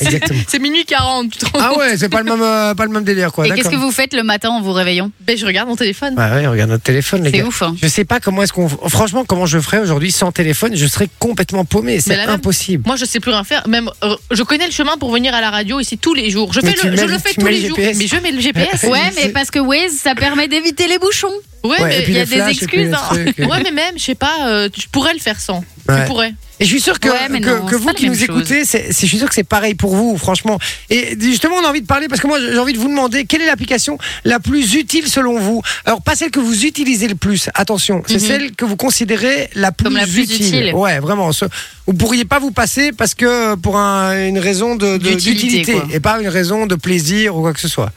[SPEAKER 1] Exactement.
[SPEAKER 3] C'est minuit 40, tu te rends
[SPEAKER 1] Ah
[SPEAKER 3] compte
[SPEAKER 1] ouais, c'est pas le même, euh, pas le même délire quoi.
[SPEAKER 2] Et qu'est-ce
[SPEAKER 1] d'accord. Ah
[SPEAKER 2] que vous faites le matin en vous réveillant
[SPEAKER 3] Ben, Je regarde mon téléphone.
[SPEAKER 1] Ouais, ouais, on regarde notre téléphone les
[SPEAKER 2] C'est
[SPEAKER 1] gars.
[SPEAKER 2] ouf, hein.
[SPEAKER 1] Je sais pas comment est-ce qu'on, franchement, comment je ferais aujourd'hui sans téléphone, je serais complètement paumé, c'est
[SPEAKER 3] la même-
[SPEAKER 1] impossible.
[SPEAKER 3] Moi, je sais plus rien faire. Même, euh, je connais le chemin pour venir à la radio ici tous les jours. Je,
[SPEAKER 1] Mais
[SPEAKER 3] fais
[SPEAKER 1] tu
[SPEAKER 3] le,
[SPEAKER 1] mets
[SPEAKER 3] je
[SPEAKER 1] le-
[SPEAKER 3] le fais
[SPEAKER 1] tu
[SPEAKER 3] tous
[SPEAKER 1] mets
[SPEAKER 3] les
[SPEAKER 1] le
[SPEAKER 3] jours.
[SPEAKER 1] GPS.
[SPEAKER 3] Mais je mets le GPS.
[SPEAKER 1] Ouais,
[SPEAKER 2] Ouais, mais
[SPEAKER 1] c'est-
[SPEAKER 2] parce que Waze, ça permet d'éviter les bouchons.
[SPEAKER 3] Ouais,
[SPEAKER 1] Ouais,
[SPEAKER 3] mais
[SPEAKER 1] et puis
[SPEAKER 2] il y
[SPEAKER 1] les
[SPEAKER 2] a des
[SPEAKER 1] flashs, et puis les
[SPEAKER 2] excuses, hein.
[SPEAKER 1] trucs, euh.
[SPEAKER 3] ouais, mais même, je sais pas, euh, tu pourrais le faire sans.
[SPEAKER 1] Ouais.
[SPEAKER 3] Tu pourrais.
[SPEAKER 1] Et je suis sûr que,
[SPEAKER 2] Ouais, mais
[SPEAKER 1] que,
[SPEAKER 2] non,
[SPEAKER 1] que
[SPEAKER 2] c'est
[SPEAKER 1] vous
[SPEAKER 2] pas la
[SPEAKER 1] qui
[SPEAKER 2] même
[SPEAKER 1] nous
[SPEAKER 2] chose.
[SPEAKER 1] écoutez, c'est, c'est- je suis sûr que c'est pareil pour vous, franchement. Et justement, on a envie de parler parce que moi, j'ai envie de vous demander quelle est l'application la plus utile selon vous. Alors, pas celle que vous utilisez le plus, attention, c'est
[SPEAKER 2] Mhm.
[SPEAKER 1] celle que vous considérez la plus,
[SPEAKER 2] Comme la plus utile.
[SPEAKER 1] Ouais, vraiment. ce- vous pourriez pas vous passer parce que pour un- une raison de, de-
[SPEAKER 2] D'utilité,
[SPEAKER 1] d'utilité
[SPEAKER 2] quoi.
[SPEAKER 1] et pas une raison de plaisir ou quoi que ce soit.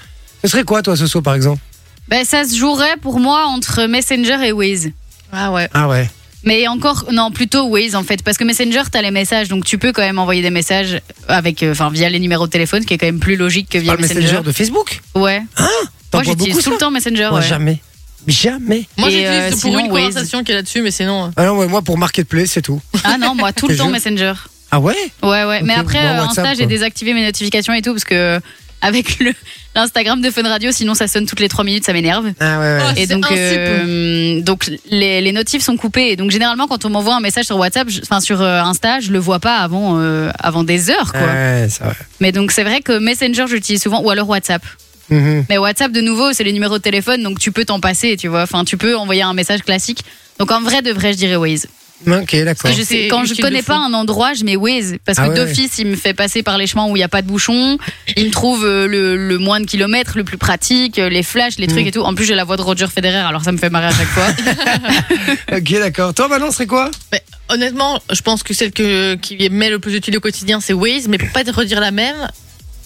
[SPEAKER 1] Ce serait quoi, toi, Soso, par exemple
[SPEAKER 2] Ben, ça se jouerait pour moi entre Messenger et Waze.
[SPEAKER 3] Ah ouais.
[SPEAKER 1] Ah ouais.
[SPEAKER 2] Mais encore, non, plutôt Waze en fait, parce que Messenger, t'as les messages, donc tu peux quand même envoyer des messages avec, euh, enfin, via les numéros de téléphone, ce qui est quand même plus logique que via
[SPEAKER 1] Par Ah, le
[SPEAKER 2] Messenger.
[SPEAKER 1] messenger de Facebook
[SPEAKER 2] Ouais.
[SPEAKER 1] T'en
[SPEAKER 2] Moi,
[SPEAKER 1] vois beaucoup
[SPEAKER 2] j'utilise tout
[SPEAKER 1] ça
[SPEAKER 2] le temps Messenger.
[SPEAKER 1] Moi,
[SPEAKER 2] ouais.
[SPEAKER 1] jamais. Jamais.
[SPEAKER 3] Moi,
[SPEAKER 2] Et,
[SPEAKER 3] j'utilise
[SPEAKER 2] euh,
[SPEAKER 3] pour
[SPEAKER 2] sinon,
[SPEAKER 3] une
[SPEAKER 2] Waze.
[SPEAKER 3] conversation qui est là-dessus, mais sinon. euh,
[SPEAKER 1] Ah non, ouais, moi, pour Marketplace, c'est tout.
[SPEAKER 2] Ah non, moi, tout le
[SPEAKER 1] Je
[SPEAKER 2] temps
[SPEAKER 1] jure.
[SPEAKER 2] Messenger.
[SPEAKER 1] Ah ouais
[SPEAKER 2] Ouais, ouais. Mais
[SPEAKER 1] Ok,
[SPEAKER 2] après,
[SPEAKER 1] bon,
[SPEAKER 2] euh,
[SPEAKER 1] WhatsApp,
[SPEAKER 2] Insta, j'ai
[SPEAKER 1] quoi.
[SPEAKER 2] désactivé mes notifications et tout, parce que euh, avec le- l'Instagram de Fun Radio, sinon ça sonne toutes les 3 minutes, ça m'énerve.
[SPEAKER 1] Ah ouais, ouais.
[SPEAKER 3] Ah,
[SPEAKER 2] Et
[SPEAKER 3] c'est
[SPEAKER 2] donc,
[SPEAKER 3] un si
[SPEAKER 2] euh, donc les, les notifs sont coupés. Et donc, généralement, quand on m'envoie un message sur WhatsApp, je- enfin sur euh, Insta, je le vois pas avant, euh, avant des heures, quoi.
[SPEAKER 1] Ouais, c'est vrai.
[SPEAKER 2] Mais donc, c'est vrai que Messenger, j'utilise souvent, ou alors WhatsApp.
[SPEAKER 1] Mhm.
[SPEAKER 2] Mais WhatsApp, de nouveau, c'est les numéros de téléphone, donc tu peux t'en passer, tu vois. Enfin, tu peux envoyer un message classique. Donc en vrai, de vrai, je dirais Waze.
[SPEAKER 1] Ok, d'accord.
[SPEAKER 2] Parce que je sais,
[SPEAKER 3] C'est
[SPEAKER 2] quand je
[SPEAKER 3] utile de
[SPEAKER 2] connais
[SPEAKER 3] fou.
[SPEAKER 2] pas un endroit, je mets Waze. Parce que
[SPEAKER 1] Ah ouais.
[SPEAKER 2] d'office, il me fait passer par les chemins où il n'y a pas de bouchons. Il me trouve euh, le, le moins de kilomètres, le plus pratique, euh, les flashs, les trucs
[SPEAKER 1] Mm.
[SPEAKER 2] et tout. En plus, j'ai la voix de Roger Federer, alors ça me fait marrer à chaque fois.
[SPEAKER 1] Ok, d'accord. Toi, Manon, c'est quoi
[SPEAKER 3] Honnêtement, je pense que celle que, qui m'est le plus utile au quotidien, c'est Waze, mais pour pas te redire la même,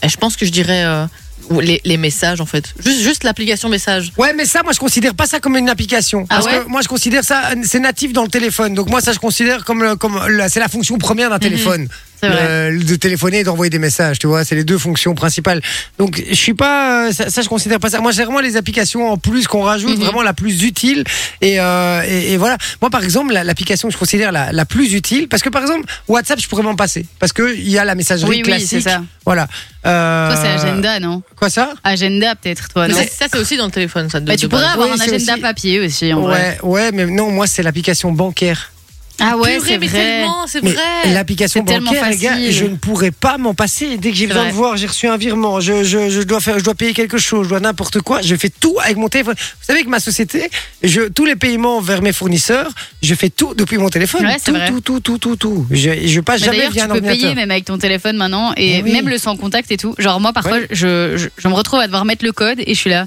[SPEAKER 3] je pense que je dirais euh, ou les, les messages en fait. Juste, juste l'application message.
[SPEAKER 1] Ouais, mais ça, moi, je considère pas ça comme une application.
[SPEAKER 2] Ah
[SPEAKER 1] Parce
[SPEAKER 2] ouais
[SPEAKER 1] que moi, je considère ça, c'est natif dans le téléphone. Donc moi, ça, je considère comme, le- comme la- c'est la fonction première d'un téléphone.
[SPEAKER 2] Mhm. C'est vrai.
[SPEAKER 1] Le- de téléphoner et d'envoyer des messages, tu vois, c'est les deux fonctions principales. Donc je suis pas, euh, ça, ça, je considère pas ça. Moi, c'est vraiment les applications en plus qu'on rajoute,
[SPEAKER 3] Mhm.
[SPEAKER 1] vraiment la plus utile. Et, euh, et, et voilà. Moi, par exemple, la- l'application que je considère la, la plus utile, parce que par exemple, WhatsApp, je pourrais m'en passer, parce que il y a la messagerie
[SPEAKER 2] oui, oui,
[SPEAKER 1] classique.
[SPEAKER 2] c'est ça.
[SPEAKER 1] Voilà. Euh,
[SPEAKER 2] Toi, c'est agenda, non
[SPEAKER 1] Quoi ça
[SPEAKER 2] Agenda, peut-être, toi,
[SPEAKER 3] Mais
[SPEAKER 2] Ah non
[SPEAKER 3] ça, ça, c'est aussi dans le téléphone. Ça, de-
[SPEAKER 2] Bah,
[SPEAKER 3] de
[SPEAKER 2] Tu
[SPEAKER 3] base.
[SPEAKER 2] pourrais avoir
[SPEAKER 1] Oui,
[SPEAKER 2] un
[SPEAKER 1] c'est
[SPEAKER 2] agenda
[SPEAKER 1] aussi-
[SPEAKER 2] papier aussi, en vrai.
[SPEAKER 1] Ouais, ouais, mais non, moi c'est l'application bancaire.
[SPEAKER 2] Ah ouais,
[SPEAKER 3] Purée,
[SPEAKER 2] c'est
[SPEAKER 3] mais
[SPEAKER 2] vrai.
[SPEAKER 3] tellement, c'est
[SPEAKER 1] Mais
[SPEAKER 3] vrai.
[SPEAKER 1] l'application
[SPEAKER 2] C'est tellement
[SPEAKER 1] bancaire, les gars,
[SPEAKER 2] facile.
[SPEAKER 1] je ne pourrais pas m'en passer. Dès que j'ai
[SPEAKER 2] C'est
[SPEAKER 1] besoin
[SPEAKER 2] vrai.
[SPEAKER 1] de voir, j'ai reçu un virement, je, je, je dois faire, je dois payer quelque chose, je dois n'importe quoi. Je fais tout avec mon téléphone. Vous savez que ma société, je, tous les paiements vers mes fournisseurs, je fais tout depuis mon téléphone.
[SPEAKER 2] Ouais, c'est
[SPEAKER 1] tout,
[SPEAKER 2] vrai.
[SPEAKER 1] tout, tout, tout, tout, tout. Je, je passe
[SPEAKER 2] Mais
[SPEAKER 1] jamais
[SPEAKER 2] D'ailleurs, tu
[SPEAKER 1] via un
[SPEAKER 2] peux payer
[SPEAKER 1] ordinateur.
[SPEAKER 2] même avec ton téléphone maintenant
[SPEAKER 1] Mais
[SPEAKER 2] et
[SPEAKER 1] oui.
[SPEAKER 2] même le sans contact et tout. Genre moi parfois
[SPEAKER 1] Ouais.
[SPEAKER 2] je, je, je me retrouve à devoir mettre le code et je suis là.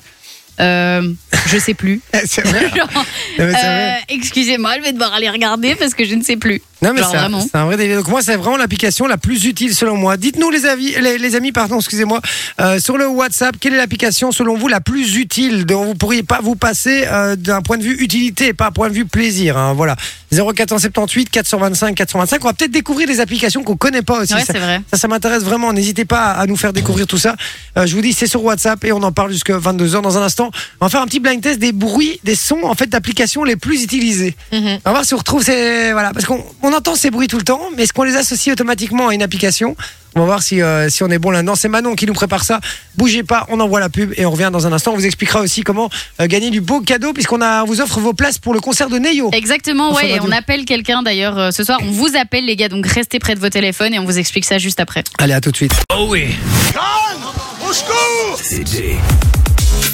[SPEAKER 2] Euh, je sais plus.
[SPEAKER 1] c'est vrai.
[SPEAKER 2] Genre,
[SPEAKER 1] Non, mais c'est vrai.
[SPEAKER 2] euh, Excusez-moi, je vais devoir aller regarder parce que je ne sais plus.
[SPEAKER 1] Non mais
[SPEAKER 2] Genre
[SPEAKER 1] c'est un-
[SPEAKER 2] vraiment.
[SPEAKER 1] c'est un vrai délire. Donc moi c'est vraiment l'application la plus utile selon moi. Dites-nous les avis, les, les amis pardon, excusez-moi, euh, sur le WhatsApp, quelle est l'application selon vous la plus utile dont vous pourriez pas vous passer euh, d'un point de vue utilité, pas un point de vue plaisir. hein, voilà 0478 425 425. On va peut-être découvrir des applications qu'on connaît pas aussi.
[SPEAKER 2] Ouais,
[SPEAKER 1] ça,
[SPEAKER 2] c'est vrai.
[SPEAKER 1] ça, ça m'intéresse vraiment. N'hésitez pas à nous faire découvrir tout ça. Euh, je vous dis c'est sur WhatsApp et on en parle jusqu'à 22 h dans un instant. On va faire un petit blind test des bruits, des sons en fait d'applications les plus utilisées.
[SPEAKER 3] Mhm.
[SPEAKER 1] On va voir si on retrouve ces. Voilà, parce qu'on on entend ces bruits tout le temps, mais est-ce qu'on les associe automatiquement à une application On va voir si, euh, si on est bon là-dedans. C'est Manon qui nous prépare ça. Bougez pas, on envoie la pub et on revient dans un instant. On vous expliquera aussi comment euh, gagner du beau cadeau, puisqu'on a- on vous offre vos places pour le concert de Neyo.
[SPEAKER 2] Exactement,
[SPEAKER 1] Sur
[SPEAKER 2] ouais. Et
[SPEAKER 1] Radio.
[SPEAKER 2] on appelle quelqu'un d'ailleurs euh, ce soir. On vous appelle, les gars, donc restez près de vos téléphones et on vous explique ça juste après.
[SPEAKER 1] Allez, à tout de suite.
[SPEAKER 4] C'est J,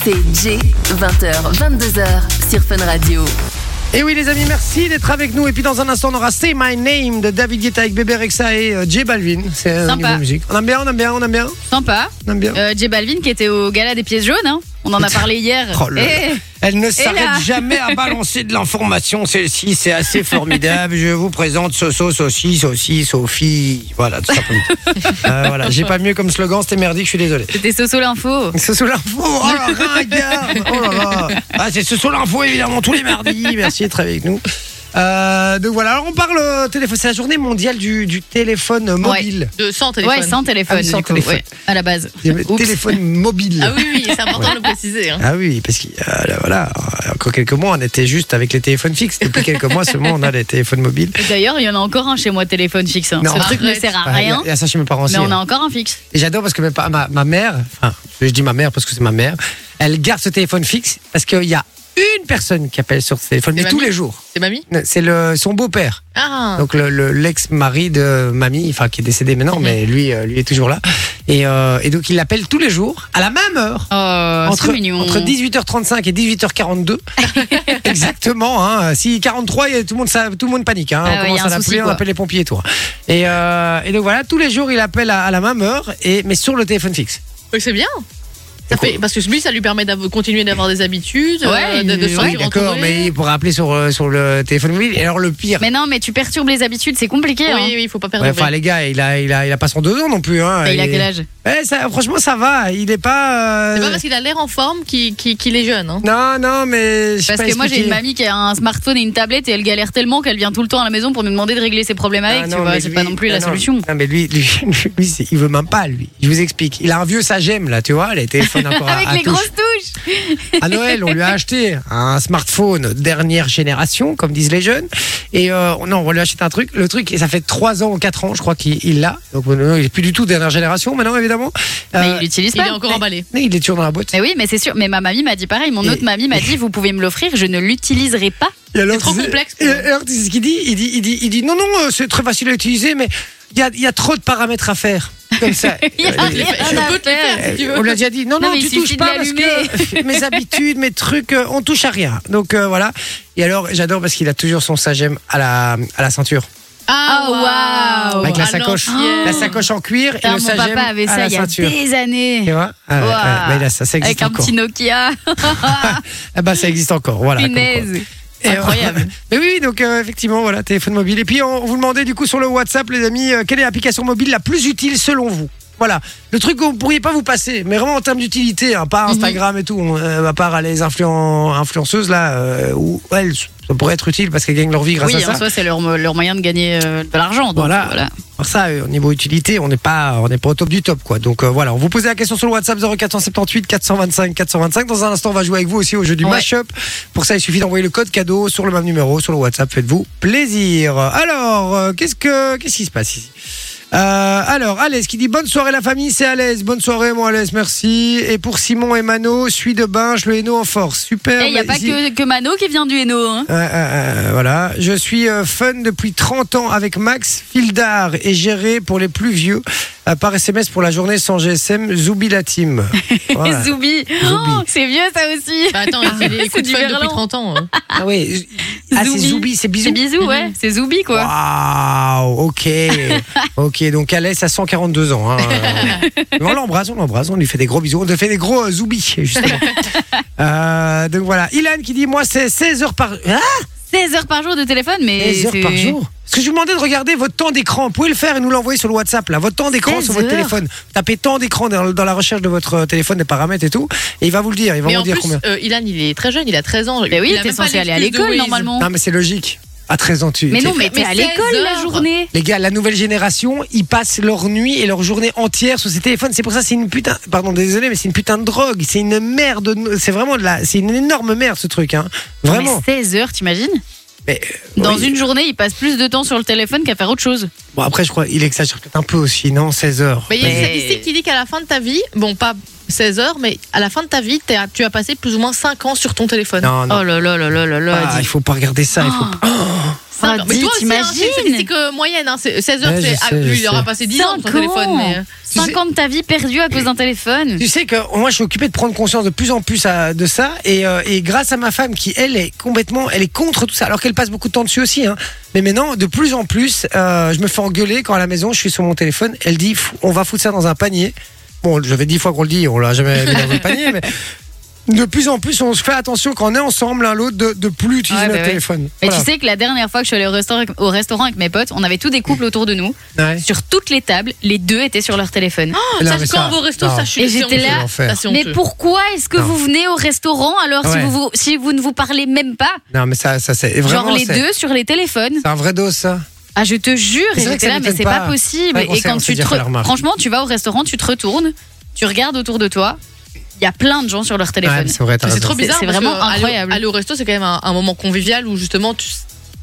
[SPEAKER 4] 20h, 22h sur Fun Radio.
[SPEAKER 1] Et oui, les amis, merci d'être avec nous. Et puis, dans un instant, on aura Say My Name de David Guetta avec Bébé Rexa et euh, J Balvin. C'est euh,
[SPEAKER 2] Sympa.
[SPEAKER 1] niveau musique. On aime bien, on aime bien, on aime bien.
[SPEAKER 2] Sympa.
[SPEAKER 1] On aime bien.
[SPEAKER 2] Euh, J Balvin qui était au gala des pièces jaunes, hein. on en a parlé hier.
[SPEAKER 1] Oh là là.
[SPEAKER 2] Eh,
[SPEAKER 1] Elle ne
[SPEAKER 2] là-
[SPEAKER 1] s'arrête jamais à balancer de l'information, celle-ci, c'est assez formidable. Je vous présente Soso, Saucy, Saucy, Sophie. Voilà, tout ça comme ça. Euh, voilà, j'ai pas mieux comme slogan, c'était merdique, je suis désolé.
[SPEAKER 2] C'était Soso l'info.
[SPEAKER 1] Soso l'info, oh là ringard, oh là là. Ah, c'est Soso l'info, évidemment, tous les mardis. Merci d'être avec nous. Euh, donc voilà, alors on parle euh, téléphone, c'est la journée mondiale du, du téléphone mobile.
[SPEAKER 3] De 100 téléphones.
[SPEAKER 2] Ouais, sans téléphone,
[SPEAKER 1] Ah oui, sans
[SPEAKER 2] du coup,
[SPEAKER 1] téléphone.
[SPEAKER 2] ouais, à la base.
[SPEAKER 1] Le
[SPEAKER 2] Oups.
[SPEAKER 1] Téléphone mobile.
[SPEAKER 3] Ah oui, oui, c'est important de le préciser. hein.
[SPEAKER 1] Ah oui, parce que euh, là, voilà, euh, encore quelques mois, on était juste avec les téléphones fixes. Depuis quelques mois seulement, on a les téléphones mobiles.
[SPEAKER 2] Et D'ailleurs, il y en a encore un chez moi, téléphone fixe. hein.
[SPEAKER 1] Non.
[SPEAKER 2] Ce truc ne
[SPEAKER 3] Arrête.
[SPEAKER 2] sert à
[SPEAKER 1] Ah, il y a-
[SPEAKER 2] rien,
[SPEAKER 1] Il y a ça chez mes parents aussi.
[SPEAKER 2] mais on a
[SPEAKER 1] hein.
[SPEAKER 2] encore un fixe.
[SPEAKER 1] Et j'adore parce que même pas ma, ma mère, enfin, je dis ma mère parce que c'est ma mère, elle garde ce téléphone fixe parce qu'il y a une personne qui appelle sur ce téléphone,
[SPEAKER 3] C'est
[SPEAKER 1] mais tous
[SPEAKER 3] mamie
[SPEAKER 1] les jours.
[SPEAKER 3] C'est mamie
[SPEAKER 1] C'est le, son beau-père.
[SPEAKER 3] Ah
[SPEAKER 1] Donc le, le- l'ex-mari de mamie, enfin qui est décédé maintenant,
[SPEAKER 2] Mhm.
[SPEAKER 1] mais lui, euh, lui est toujours là. Et, euh, et donc il l'appelle tous les jours, à la même heure,
[SPEAKER 2] Oh, c'est
[SPEAKER 1] entre,
[SPEAKER 2] mignon.
[SPEAKER 1] entre 18h35 et 18h42. Exactement. Hein. Si 43, il y a- tout le monde, ça, tout le monde panique. Hein.
[SPEAKER 2] Ah
[SPEAKER 1] on
[SPEAKER 2] ouais,
[SPEAKER 1] commence
[SPEAKER 2] il y a
[SPEAKER 1] à
[SPEAKER 2] un souci,
[SPEAKER 1] l'appeler, on
[SPEAKER 2] quoi.
[SPEAKER 1] appelle les pompiers et tout. Et, euh, et donc voilà, tous les jours, il appelle à, à la même heure, et, mais sur le téléphone fixe.
[SPEAKER 3] Oui, C'est bien. Ça fait, parce que lui, ça lui permet de continuer d'avoir des habitudes, euh,
[SPEAKER 2] Ouais,
[SPEAKER 3] de, de
[SPEAKER 2] il-
[SPEAKER 3] se
[SPEAKER 2] oui,
[SPEAKER 1] Oui,
[SPEAKER 3] sentir
[SPEAKER 1] d'accord,
[SPEAKER 3] entouré.
[SPEAKER 1] mais il pourra appeler sur, euh, sur le téléphone mobile. Et alors, le pire.
[SPEAKER 2] Mais non, mais tu perturbes les habitudes, c'est compliqué. hein.
[SPEAKER 3] Oui, oui, il faut pas perdre.
[SPEAKER 1] Ouais,
[SPEAKER 3] de
[SPEAKER 1] enfin, les gars, il a, il a, il a pas 102 ans non plus. Hein.
[SPEAKER 2] Bah, il a
[SPEAKER 1] Et-
[SPEAKER 2] quel âge
[SPEAKER 1] Ouais, Eh, ça- Franchement, ça va. Il est pas. euh,
[SPEAKER 3] C'est pas parce qu'il a l'air en forme qu'il qu'il- qu'il est jeune. Hein.
[SPEAKER 1] Non, non, mais. je sais
[SPEAKER 2] Parce
[SPEAKER 1] pas
[SPEAKER 2] que moi j'ai une
[SPEAKER 1] expliquer.
[SPEAKER 2] mamie qui a un smartphone et une tablette et elle galère tellement qu'elle vient tout le temps à la maison pour me demander de régler ses problèmes avec,
[SPEAKER 1] Ah
[SPEAKER 2] tu
[SPEAKER 1] non,
[SPEAKER 2] vois,
[SPEAKER 1] mais
[SPEAKER 2] c'est
[SPEAKER 1] lui-
[SPEAKER 2] pas non plus
[SPEAKER 1] ah
[SPEAKER 2] la
[SPEAKER 1] non,
[SPEAKER 2] solution.
[SPEAKER 1] Non, mais lui, lui, lui, c'est- il veut même pas, lui. Je vous explique. Il a un vieux sagem, là, tu vois, les téléphones encore à-
[SPEAKER 2] Avec
[SPEAKER 1] à
[SPEAKER 2] les
[SPEAKER 1] touche.
[SPEAKER 2] grosses touches
[SPEAKER 1] À Noël, on lui a acheté un smartphone dernière génération, comme disent les jeunes. Et euh, non, on lui a acheté un truc. Le truc, et ça fait 3 ans ou 4 ans, je crois qu'il il l'a. Donc, euh, il n'est plus du tout dernière génération maintenant, évidemment.
[SPEAKER 2] Mais
[SPEAKER 1] Euh,
[SPEAKER 2] il l'utilise
[SPEAKER 3] Il
[SPEAKER 2] pas.
[SPEAKER 3] est encore emballé.
[SPEAKER 1] mais il est toujours dans la boîte.
[SPEAKER 2] Mais oui, mais c'est sûr. Mais ma mamie m'a dit pareil. Mon
[SPEAKER 1] Et-
[SPEAKER 2] autre mamie m'a dit, vous pouvez me l'offrir, je ne l'utiliserai pas.
[SPEAKER 1] Et alors,
[SPEAKER 3] C'est trop
[SPEAKER 1] tu sais-
[SPEAKER 3] complexe
[SPEAKER 1] Et
[SPEAKER 3] pour
[SPEAKER 1] alors, tu sais ce qu'il dit il dit, il dit, il dit, non, non, euh, c'est très facile à utiliser, mais il y a, il y a trop de paramètres à faire. Comme ça.
[SPEAKER 2] Il y a
[SPEAKER 1] Euh,
[SPEAKER 2] rien
[SPEAKER 3] je
[SPEAKER 2] à
[SPEAKER 3] peux te les faire.
[SPEAKER 2] faire.
[SPEAKER 1] Euh,
[SPEAKER 3] tu veux.
[SPEAKER 1] on l'a déjà dit. Non,
[SPEAKER 2] Non,
[SPEAKER 1] non,
[SPEAKER 2] mais il
[SPEAKER 1] tu
[SPEAKER 2] suffit
[SPEAKER 1] touches
[SPEAKER 2] de
[SPEAKER 1] pas parce que mes habitudes, mes trucs, euh, on touche à rien. Donc euh, voilà. Et alors, j'adore parce qu'il a toujours son sagem à la, à la ceinture.
[SPEAKER 2] Ah, waouh.
[SPEAKER 1] Avec la
[SPEAKER 3] à
[SPEAKER 1] sacoche.
[SPEAKER 3] l'ancienne.
[SPEAKER 1] La sacoche en cuir et
[SPEAKER 2] Putain,
[SPEAKER 1] le
[SPEAKER 2] mon
[SPEAKER 1] sagem
[SPEAKER 2] papa
[SPEAKER 1] à
[SPEAKER 2] avait ça
[SPEAKER 1] la
[SPEAKER 2] il y a
[SPEAKER 1] ceinture.
[SPEAKER 2] des
[SPEAKER 1] Tu
[SPEAKER 2] années.
[SPEAKER 1] vois Ah ouais,
[SPEAKER 2] Waouh.
[SPEAKER 1] ouais, mais là, ça, ça existe
[SPEAKER 2] Avec un
[SPEAKER 1] encore.
[SPEAKER 2] petit Nokia.
[SPEAKER 1] Ah bah, ça existe encore. Voilà. comme quoi.
[SPEAKER 2] Punaise.
[SPEAKER 1] Et, euh,
[SPEAKER 2] Incroyable.
[SPEAKER 1] mais oui, donc euh, effectivement, voilà, téléphone mobile. Et puis, on, on vous demandait du coup sur le WhatsApp, les amis, euh, quelle est l'application mobile la plus utile selon vous voilà, le truc que vous pourriez pas vous passer, mais vraiment en termes d'utilité, hein,
[SPEAKER 2] Mhm.
[SPEAKER 1] pas Instagram et tout, on, euh, à part les influen- influenceuses là, euh, où elles, ça pourrait être utile parce qu'elles gagnent leur vie grâce
[SPEAKER 2] Oui,
[SPEAKER 1] à ça.
[SPEAKER 2] en soi, c'est leur, leur moyen de gagner euh, de l'argent. donc
[SPEAKER 1] Voilà.
[SPEAKER 2] voilà.
[SPEAKER 1] Alors ça, euh, au niveau utilité, on n'est pas, on n'est pas au top du top, quoi. Donc euh, voilà, on vous posait la question sur le WhatsApp 0478 425 425. Dans un instant, on va jouer avec vous aussi au jeu du
[SPEAKER 2] Ouais.
[SPEAKER 1] mashup. Pour ça, il suffit d'envoyer le code cadeau sur le même numéro, sur le WhatsApp. Faites-vous plaisir. Alors, euh, qu'est-ce que, qu'est-ce qui se passe ici Euh, alors, Alès qui dit bonne soirée la famille, c'est Alès. Bonne soirée, mon Alès, merci. Et pour Simon et Mano, suis de Binche, le Hainaut en force. Super.
[SPEAKER 2] Et il n'y Eh, a
[SPEAKER 1] mais
[SPEAKER 2] pas
[SPEAKER 1] si-
[SPEAKER 2] que, que Mano qui vient du Hainaut. hein.
[SPEAKER 1] Ouais, ouais, ouais, Euh, voilà. Je suis euh, fun depuis 30 ans avec Max. Fildar et géré pour les plus vieux. Euh, par SMS pour la journée sans GSM. Zoubi la team. Voilà.
[SPEAKER 2] Zoubi. Oh, c'est vieux ça aussi.
[SPEAKER 3] Bah attends, il est
[SPEAKER 2] Ah. C'est
[SPEAKER 3] écoute
[SPEAKER 2] du
[SPEAKER 3] fun
[SPEAKER 2] verlan.
[SPEAKER 3] depuis 30 ans. hein.
[SPEAKER 1] ah oui. Ah, c'est
[SPEAKER 2] Zoubi.
[SPEAKER 1] Zoubi, c'est
[SPEAKER 2] C'est
[SPEAKER 1] bisous.
[SPEAKER 2] bisous, ouais. C'est Zoubi quoi.
[SPEAKER 1] Waouh, ok. ok, donc Alès a 142 ans. hein. Mais on l'embrasse, on l'embrasse, on lui fait des gros bisous. On te fait des gros euh, zoubis, justement. Euh, donc voilà. Ilan qui dit Moi, c'est 16 heures par. Ah
[SPEAKER 2] Des heures par jour de téléphone, mais.
[SPEAKER 1] Des heures
[SPEAKER 2] c'est-
[SPEAKER 1] par jour Parce que je vous demandais de regarder votre temps d'écran. Vous pouvez le faire et nous l'envoyer sur le WhatsApp, là. Votre temps d'écran
[SPEAKER 2] 16
[SPEAKER 1] sur votre
[SPEAKER 2] heures.
[SPEAKER 1] téléphone. Tapez temps d'écran dans, dans la recherche de votre euh, téléphone, des paramètres et tout. Et il va vous le dire. Il va
[SPEAKER 3] Mais
[SPEAKER 1] vous
[SPEAKER 3] en
[SPEAKER 1] dire
[SPEAKER 3] plus,
[SPEAKER 1] combien.
[SPEAKER 3] euh, Ilan, il est très jeune, il a 13 ans.
[SPEAKER 2] Mais Eh oui,
[SPEAKER 3] il a
[SPEAKER 2] t'es
[SPEAKER 3] même pas
[SPEAKER 2] censé aller à
[SPEAKER 3] l'excuse de
[SPEAKER 2] l'école
[SPEAKER 3] Waze.
[SPEAKER 2] normalement.
[SPEAKER 1] Non, mais c'est logique. À 13 ans, tu.
[SPEAKER 2] Mais
[SPEAKER 1] tu-
[SPEAKER 2] non, mais t'es à
[SPEAKER 3] 16
[SPEAKER 2] l'école la
[SPEAKER 3] heures.
[SPEAKER 2] journée.
[SPEAKER 1] Les gars, la nouvelle génération, ils passent leur nuit et leur journée entière sur ces téléphones. C'est pour ça, c'est une putain. Pardon, désolé, mais c'est une putain de drogue. C'est une merde. C'est vraiment de la. C'est une énorme merde ce truc, hein. Vraiment.
[SPEAKER 2] Mais 16 heures, t'imagines
[SPEAKER 1] Mais, euh,
[SPEAKER 2] Dans
[SPEAKER 1] oui.
[SPEAKER 2] une journée, il passe plus de temps sur le téléphone qu'à faire autre chose.
[SPEAKER 1] Bon, après, je crois, il exagère peut-être un peu aussi, non 16 heures.
[SPEAKER 3] Mais il y a une
[SPEAKER 2] Mais-
[SPEAKER 3] statistique qui dit qu'à la fin de ta vie, bon, pas 16 heures, mais à la fin de ta vie, t'es à- tu as passé plus ou moins 5 ans sur ton téléphone.
[SPEAKER 1] Non, non.
[SPEAKER 2] Oh là là là là là là.
[SPEAKER 1] Ah,
[SPEAKER 2] dis-
[SPEAKER 1] il faut pas regarder ça. Il faut
[SPEAKER 2] Oh.
[SPEAKER 1] pas-
[SPEAKER 3] Cinq
[SPEAKER 2] Ah,
[SPEAKER 3] ans. mais
[SPEAKER 2] dis,
[SPEAKER 3] toi aussi, hein, c'est une
[SPEAKER 2] t'imagines
[SPEAKER 3] statistique euh, moyenne. Hein, c'est 16 heures,
[SPEAKER 1] Ouais, je
[SPEAKER 3] c'est-
[SPEAKER 1] sais,
[SPEAKER 3] ah,
[SPEAKER 1] je
[SPEAKER 3] lui, il
[SPEAKER 1] sais.
[SPEAKER 3] aura passé 10 ans sur
[SPEAKER 2] Cinq
[SPEAKER 3] son téléphone.
[SPEAKER 2] ans.
[SPEAKER 3] Mais... euh,
[SPEAKER 1] Tu
[SPEAKER 2] 5 ans de ta vie perdue à cause d'un téléphone.
[SPEAKER 1] Tu sais que moi, je suis occupé de prendre conscience de plus en plus à- de ça, et, euh, et grâce à ma femme qui, elle, est complètement, elle est contre tout ça, alors qu'elle passe beaucoup de temps dessus aussi. hein. Mais maintenant, de plus en plus, euh, je me fais engueuler quand à la maison, je suis sur mon téléphone. Elle dit, Fou- on va foutre ça dans un panier. Bon, j'avais dix fois qu'on le dit, on l'a jamais mis dans un panier, mais. De plus en plus, on se fait attention quand on est ensemble l'un l'autre de, de plus utiliser
[SPEAKER 2] Ouais, bah
[SPEAKER 1] notre
[SPEAKER 2] ouais.
[SPEAKER 1] téléphone.
[SPEAKER 2] Mais
[SPEAKER 1] Voilà.
[SPEAKER 2] tu sais que la dernière fois que je suis allée au restaurant, avec- au restaurant avec mes potes, on avait tous des couples autour de nous.
[SPEAKER 1] Ouais.
[SPEAKER 2] Sur toutes les tables, les deux étaient sur leur téléphone.
[SPEAKER 1] Non,
[SPEAKER 3] ça,
[SPEAKER 1] mais
[SPEAKER 3] quand
[SPEAKER 1] ça-
[SPEAKER 3] on va au resto,
[SPEAKER 1] non.
[SPEAKER 3] ça, je suis
[SPEAKER 2] Et j'étais
[SPEAKER 1] C'est
[SPEAKER 2] là,
[SPEAKER 1] l'enfer.
[SPEAKER 3] Ça, c'est
[SPEAKER 2] mais
[SPEAKER 3] honteux.
[SPEAKER 2] pourquoi est-ce que
[SPEAKER 1] Non.
[SPEAKER 2] vous venez au restaurant alors si,
[SPEAKER 1] Ouais.
[SPEAKER 2] vous, vous- si vous ne vous parlez même pas
[SPEAKER 1] Non, mais ça, ça c'est vraiment.
[SPEAKER 2] Genre les
[SPEAKER 1] c'est-
[SPEAKER 2] deux sur les téléphones.
[SPEAKER 1] C'est un vrai dos, ça.
[SPEAKER 2] Ah, je te jure,
[SPEAKER 1] Mais c'est vrai que
[SPEAKER 2] j'étais
[SPEAKER 1] ça
[SPEAKER 2] là, mais
[SPEAKER 1] m'étonne
[SPEAKER 2] c'est pas,
[SPEAKER 1] pas.
[SPEAKER 2] possible.
[SPEAKER 1] Ouais, on
[SPEAKER 2] et
[SPEAKER 1] sait- on
[SPEAKER 2] quand
[SPEAKER 1] sait
[SPEAKER 2] tu
[SPEAKER 1] dire,
[SPEAKER 2] te.
[SPEAKER 1] on la
[SPEAKER 2] re-
[SPEAKER 1] remarque.
[SPEAKER 2] Franchement, tu vas au restaurant, tu te retournes, tu regardes autour de toi, il y a plein de gens sur leur
[SPEAKER 1] Ouais,
[SPEAKER 2] téléphone.
[SPEAKER 1] mais c'est vrai, t'as
[SPEAKER 3] Mais C'est
[SPEAKER 1] raison.
[SPEAKER 3] trop
[SPEAKER 2] Ah, C'est-
[SPEAKER 3] bizarre.
[SPEAKER 2] c'est
[SPEAKER 3] parce
[SPEAKER 2] vraiment
[SPEAKER 3] que aller-
[SPEAKER 2] incroyable.
[SPEAKER 3] Aller au resto, c'est quand même un, un moment convivial où justement, tu-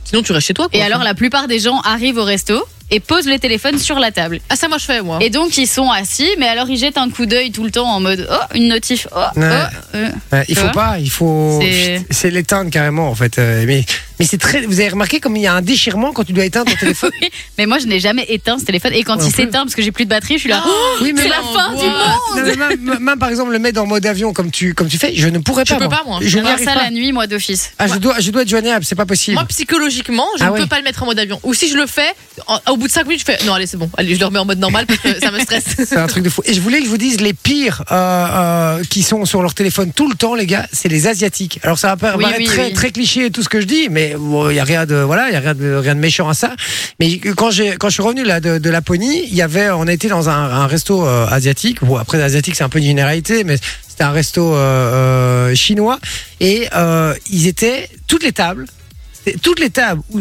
[SPEAKER 3] sinon tu restes chez toi. Quoi,
[SPEAKER 2] et alors, la plupart des gens arrivent au resto et posent les téléphones sur la table.
[SPEAKER 3] ah ça moi je fais moi.
[SPEAKER 2] Et donc ils sont assis, mais alors ils jettent un coup d'œil tout le temps en mode oh une notif, oh,
[SPEAKER 1] Ouais.
[SPEAKER 2] oh, euh.
[SPEAKER 1] Ouais, il
[SPEAKER 2] Tu
[SPEAKER 1] faut
[SPEAKER 2] vois
[SPEAKER 1] pas, il faut.
[SPEAKER 2] C'est-
[SPEAKER 1] Chut, C'est l'éteindre carrément en fait. euh, mais mais c'est très. Vous avez remarqué comme il y a un déchirement quand tu dois éteindre ton téléphone.
[SPEAKER 2] Mais moi je n'ai jamais éteint ce téléphone et quand
[SPEAKER 1] Moi
[SPEAKER 2] il
[SPEAKER 1] non plus.
[SPEAKER 2] s'éteint parce que j'ai plus de batterie, je suis là. Oh,
[SPEAKER 1] oui,
[SPEAKER 2] c'est
[SPEAKER 1] même-
[SPEAKER 2] la fin du
[SPEAKER 3] angoisse.
[SPEAKER 2] monde.
[SPEAKER 1] non, mais même, même- même, par exemple le mettre en mode avion comme tu comme tu fais, je ne pourrais
[SPEAKER 3] Je
[SPEAKER 1] pas.
[SPEAKER 3] peux pas, moi.
[SPEAKER 1] Je n'y
[SPEAKER 2] Alors
[SPEAKER 1] arrive
[SPEAKER 2] ça
[SPEAKER 1] pas.
[SPEAKER 2] la nuit moi d'office.
[SPEAKER 1] Ah, je dois je dois être joignable, c'est pas possible.
[SPEAKER 3] Moi psychologiquement, je
[SPEAKER 1] Ah
[SPEAKER 3] ne
[SPEAKER 1] ouais.
[SPEAKER 3] peux pas le mettre en mode avion. Ou si je le fais, en- au bout de 5 minutes, je fais non allez c'est bon, allez je le remets en mode normal parce que ça me stresse.
[SPEAKER 1] C'est un truc de fou. Et je voulais que je vous dise les pires euh, euh, qui sont sur leur téléphone tout le temps, les gars, c'est les asiatiques. Alors ça va pas
[SPEAKER 2] Oui,
[SPEAKER 1] paraître
[SPEAKER 2] oui,
[SPEAKER 1] très
[SPEAKER 2] oui.
[SPEAKER 1] très cliché et tout ce que je dis, mais bon, il y a rien de voilà, il y a rien de rien de méchant à ça. Mais quand j'ai quand je suis revenu là de, de Laponie, il y avait on était dans un, un resto euh, asiatique. Bon après asiatique c'est un peu une généralité, mais c'était un resto euh, euh, chinois et euh, ils étaient toutes les tables, c'était toutes les tables où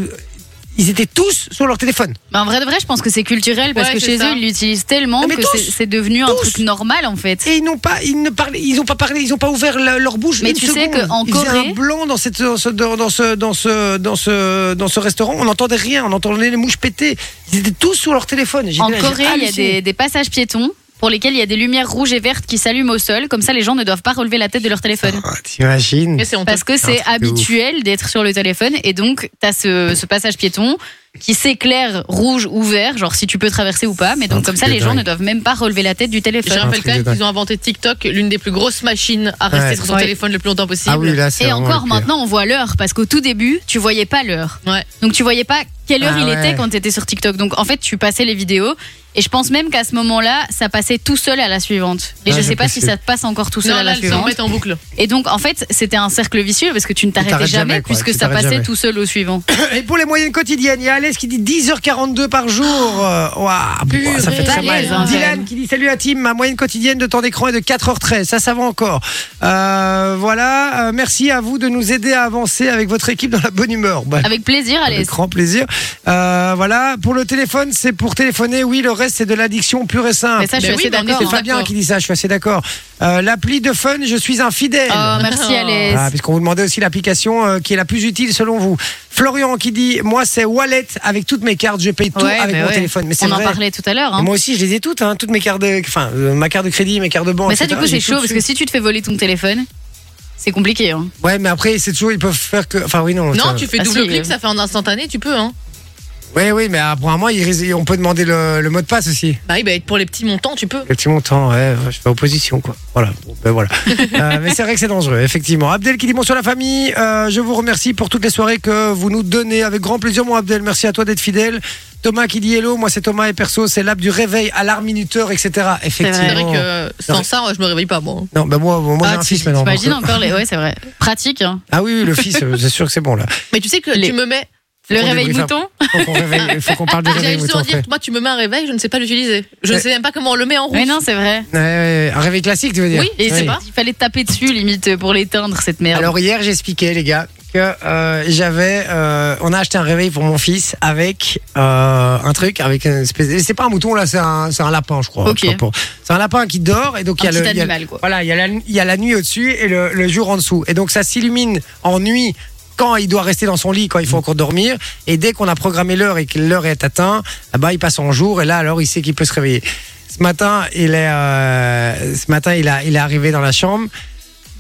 [SPEAKER 1] ils étaient tous sur leur téléphone.
[SPEAKER 2] Mais Ben, en vrai de vrai, je pense que c'est culturel parce
[SPEAKER 3] Ouais,
[SPEAKER 2] que
[SPEAKER 3] c'est
[SPEAKER 2] chez
[SPEAKER 3] ça.
[SPEAKER 2] eux ils l'utilisent tellement
[SPEAKER 1] Non, mais
[SPEAKER 2] que
[SPEAKER 1] tous.
[SPEAKER 2] c'est- c'est devenu un
[SPEAKER 1] Tous.
[SPEAKER 2] truc normal en fait.
[SPEAKER 1] Et ils n'ont pas, ils ne parlaient, ils ont pas parlé, ils n'ont pas ouvert la- leur bouche.
[SPEAKER 2] Mais
[SPEAKER 1] une
[SPEAKER 2] tu sais
[SPEAKER 1] seconde.
[SPEAKER 2] qu'en
[SPEAKER 1] Ils faisaient
[SPEAKER 2] Corée-
[SPEAKER 1] un blanc dans cette, dans ce, dans ce, dans ce, dans ce, dans ce restaurant, on n'entendait rien, on entendait les mouches péter. Ils étaient tous sur leur téléphone. J'étais
[SPEAKER 2] En
[SPEAKER 1] là, j'ai
[SPEAKER 2] Corée, il y a
[SPEAKER 1] halluciné.
[SPEAKER 2] des, des passages piétons pour lesquels il y a des lumières rouges et vertes qui s'allument au sol, comme ça les gens ne doivent pas relever la tête de leur téléphone.
[SPEAKER 1] Ah, T'imagines
[SPEAKER 3] Mais c'est honteux.
[SPEAKER 2] Parce que
[SPEAKER 1] C'est un
[SPEAKER 2] c'est
[SPEAKER 1] truc de ouf.
[SPEAKER 2] habituel d'être sur le téléphone et donc t'as ce, ce passage piéton qui s'éclaire rouge ou vert, genre si tu peux traverser ou pas, mais
[SPEAKER 1] un
[SPEAKER 2] donc comme
[SPEAKER 1] truc
[SPEAKER 2] ça
[SPEAKER 1] de
[SPEAKER 2] les gens
[SPEAKER 1] dingue.
[SPEAKER 2] ne doivent même pas relever la tête du
[SPEAKER 3] Je
[SPEAKER 2] téléphone.
[SPEAKER 1] un
[SPEAKER 3] rappelle
[SPEAKER 1] truc
[SPEAKER 3] quand
[SPEAKER 1] de
[SPEAKER 3] même
[SPEAKER 1] dingue.
[SPEAKER 3] qu'ils ont inventé TikTok, l'une des plus grosses machines à
[SPEAKER 1] Ouais.
[SPEAKER 3] rester sur son
[SPEAKER 2] Ouais.
[SPEAKER 3] téléphone le plus longtemps possible.
[SPEAKER 1] Ah oui, là, c'est
[SPEAKER 2] Et
[SPEAKER 1] vraiment
[SPEAKER 2] encore
[SPEAKER 1] le pire.
[SPEAKER 2] maintenant on voit l'heure parce qu'au tout début tu voyais pas l'heure.
[SPEAKER 3] Ouais.
[SPEAKER 2] Donc tu voyais pas quelle heure
[SPEAKER 1] Ah
[SPEAKER 2] il
[SPEAKER 1] ouais.
[SPEAKER 2] était quand tu étais sur TikTok. Donc en fait tu passais les vidéos et je pense même qu'à ce moment-là ça passait tout seul à la suivante. Et
[SPEAKER 1] Ah,
[SPEAKER 2] je
[SPEAKER 1] c'est
[SPEAKER 2] sais pas si
[SPEAKER 1] possible.
[SPEAKER 2] ça te passe encore tout seul
[SPEAKER 3] Non,
[SPEAKER 2] à la
[SPEAKER 3] là, ils en
[SPEAKER 2] suivante.
[SPEAKER 3] mettent en boucle.
[SPEAKER 2] Et donc en fait c'était un cercle vicieux parce que tu ne t'arrêtais jamais,
[SPEAKER 1] t'arrêtes jamais, quoi.
[SPEAKER 2] puisque
[SPEAKER 1] Tu
[SPEAKER 2] ça
[SPEAKER 1] t'arrêtes
[SPEAKER 2] passait
[SPEAKER 1] jamais.
[SPEAKER 2] tout seul au suivant.
[SPEAKER 1] Euh, Et pour les moyennes quotidiennes, il y a Alès qui dit 10h42 par jour.
[SPEAKER 2] Oh,
[SPEAKER 1] Euh, ouah,
[SPEAKER 3] Purée,
[SPEAKER 1] ça fait très mal.
[SPEAKER 2] balèze, hein,
[SPEAKER 1] Dylan
[SPEAKER 2] même.
[SPEAKER 1] qui dit salut à Tim, ma moyenne quotidienne de temps d'écran est de 4h13. Ça, ça va encore. Euh, voilà, euh, merci à vous de nous aider à avancer avec votre équipe dans la bonne humeur. Bah,
[SPEAKER 2] Avec plaisir allez.
[SPEAKER 1] Avec grand plaisir. Euh, voilà, pour le téléphone, c'est pour téléphoner. Oui, le reste, c'est de l'addiction pure et simple.
[SPEAKER 2] Mais ça je
[SPEAKER 3] Mais
[SPEAKER 2] suis
[SPEAKER 3] oui, mais
[SPEAKER 2] assez
[SPEAKER 3] on est
[SPEAKER 2] d'accord.
[SPEAKER 1] C'est
[SPEAKER 3] d'accord.
[SPEAKER 1] Fabien qui dit ça, je suis assez d'accord. Euh, L'appli de fun, je suis infidèle.
[SPEAKER 2] Oh, merci Alès.
[SPEAKER 1] Ah, puisqu'on vous demandait aussi l'application euh, qui est la plus utile selon vous. Florian qui dit Moi, c'est Wallet avec toutes mes cartes, je paye tout
[SPEAKER 2] Ouais,
[SPEAKER 1] avec
[SPEAKER 2] mais
[SPEAKER 1] mon
[SPEAKER 2] ouais.
[SPEAKER 1] téléphone. Mais c'est
[SPEAKER 2] On
[SPEAKER 1] vrai.
[SPEAKER 2] en parlait tout à l'heure.
[SPEAKER 1] Et
[SPEAKER 2] hein.
[SPEAKER 1] Moi aussi, je les ai toutes, hein, toutes mes cartes de. Enfin, euh, ma carte de crédit, mes cartes de banque.
[SPEAKER 2] Mais ça, du
[SPEAKER 1] etc.,
[SPEAKER 2] coup,
[SPEAKER 1] j'ai
[SPEAKER 2] c'est
[SPEAKER 1] tout
[SPEAKER 2] chaud parce que
[SPEAKER 1] dessus.
[SPEAKER 2] si tu te fais voler ton téléphone, c'est compliqué. hein.
[SPEAKER 1] Ouais, mais après, c'est toujours, ils peuvent faire que. Enfin, oui, non.
[SPEAKER 3] Non,
[SPEAKER 1] ça-
[SPEAKER 3] tu fais
[SPEAKER 2] Ah,
[SPEAKER 3] double
[SPEAKER 2] si,
[SPEAKER 3] clic,
[SPEAKER 2] euh.
[SPEAKER 3] ça fait en instantané, tu peux. Hein.
[SPEAKER 1] Oui, oui, mais après un mois, il risque- on peut demander le, le mot de passe aussi.
[SPEAKER 3] Bah oui, bah, pour les petits montants, tu peux.
[SPEAKER 1] Le petit montant, ouais, je fais opposition, quoi. Voilà. Bon, ben voilà. Euh, mais c'est vrai que c'est dangereux, effectivement. Abdel qui dit bonsoir la famille. Euh, je vous remercie pour toutes les soirées que vous nous donnez. Avec grand plaisir, mon Abdel. Merci à toi d'être fidèle. Thomas qui dit hello. Moi, c'est Thomas et perso, c'est l'app du réveil, alarme minuteur, etc.
[SPEAKER 3] C'est vrai
[SPEAKER 1] Effectivement.
[SPEAKER 3] que euh, sans ça, je me réveille pas, moi.
[SPEAKER 1] Non, ben moi, moi j'ai
[SPEAKER 2] Ah,
[SPEAKER 1] un
[SPEAKER 2] tu-
[SPEAKER 1] fils maintenant. donc,
[SPEAKER 2] T'imagines
[SPEAKER 1] euh,
[SPEAKER 2] encore les. Ouais, c'est vrai. Pratique. hein.
[SPEAKER 1] Ah oui, oui, le fils, euh, c'est sûr que c'est bon, là.
[SPEAKER 3] Mais tu sais que
[SPEAKER 2] Les-
[SPEAKER 3] tu me mets.
[SPEAKER 2] Le
[SPEAKER 1] qu'on
[SPEAKER 2] réveil
[SPEAKER 1] débriefe un-
[SPEAKER 2] mouton.
[SPEAKER 1] Faut qu'on réveille- faut qu'on
[SPEAKER 2] Ah,
[SPEAKER 1] parle du réveil
[SPEAKER 3] J'allais
[SPEAKER 1] mouton
[SPEAKER 3] justement dire,
[SPEAKER 1] après.
[SPEAKER 3] moi, tu me mets un réveil, je ne sais pas l'utiliser. Je ne
[SPEAKER 1] Ouais.
[SPEAKER 3] sais même pas comment on le met en route.
[SPEAKER 2] Mais non, c'est vrai.
[SPEAKER 1] Ouais, ouais, un réveil classique, tu veux dire
[SPEAKER 2] Oui, et c'est pas. Il fallait taper dessus limite pour l'éteindre cette merde.
[SPEAKER 1] Alors hier, j'expliquais les gars que euh, j'avais, euh, on a acheté un réveil pour mon fils avec euh, un truc, avec une espèce. et C'est pas un mouton là, c'est un, c'est un lapin, je crois.
[SPEAKER 2] Ok.
[SPEAKER 1] Je sais pas pour- C'est un lapin qui dort et donc il y
[SPEAKER 2] un
[SPEAKER 1] a
[SPEAKER 2] petit
[SPEAKER 1] le, il y a-
[SPEAKER 2] animal, quoi.
[SPEAKER 1] voilà, il y a la, il y a la nuit au-dessus et le, le jour en dessous. Et donc ça s'illumine en nuit quand il doit rester dans son lit, quand il faut encore dormir. Et dès qu'on a programmé l'heure et que l'heure est atteinte, ah bah, il passe en jour et là alors il sait qu'il peut se réveiller. Ce matin, il est, euh, ce matin, il, a, il est arrivé dans la chambre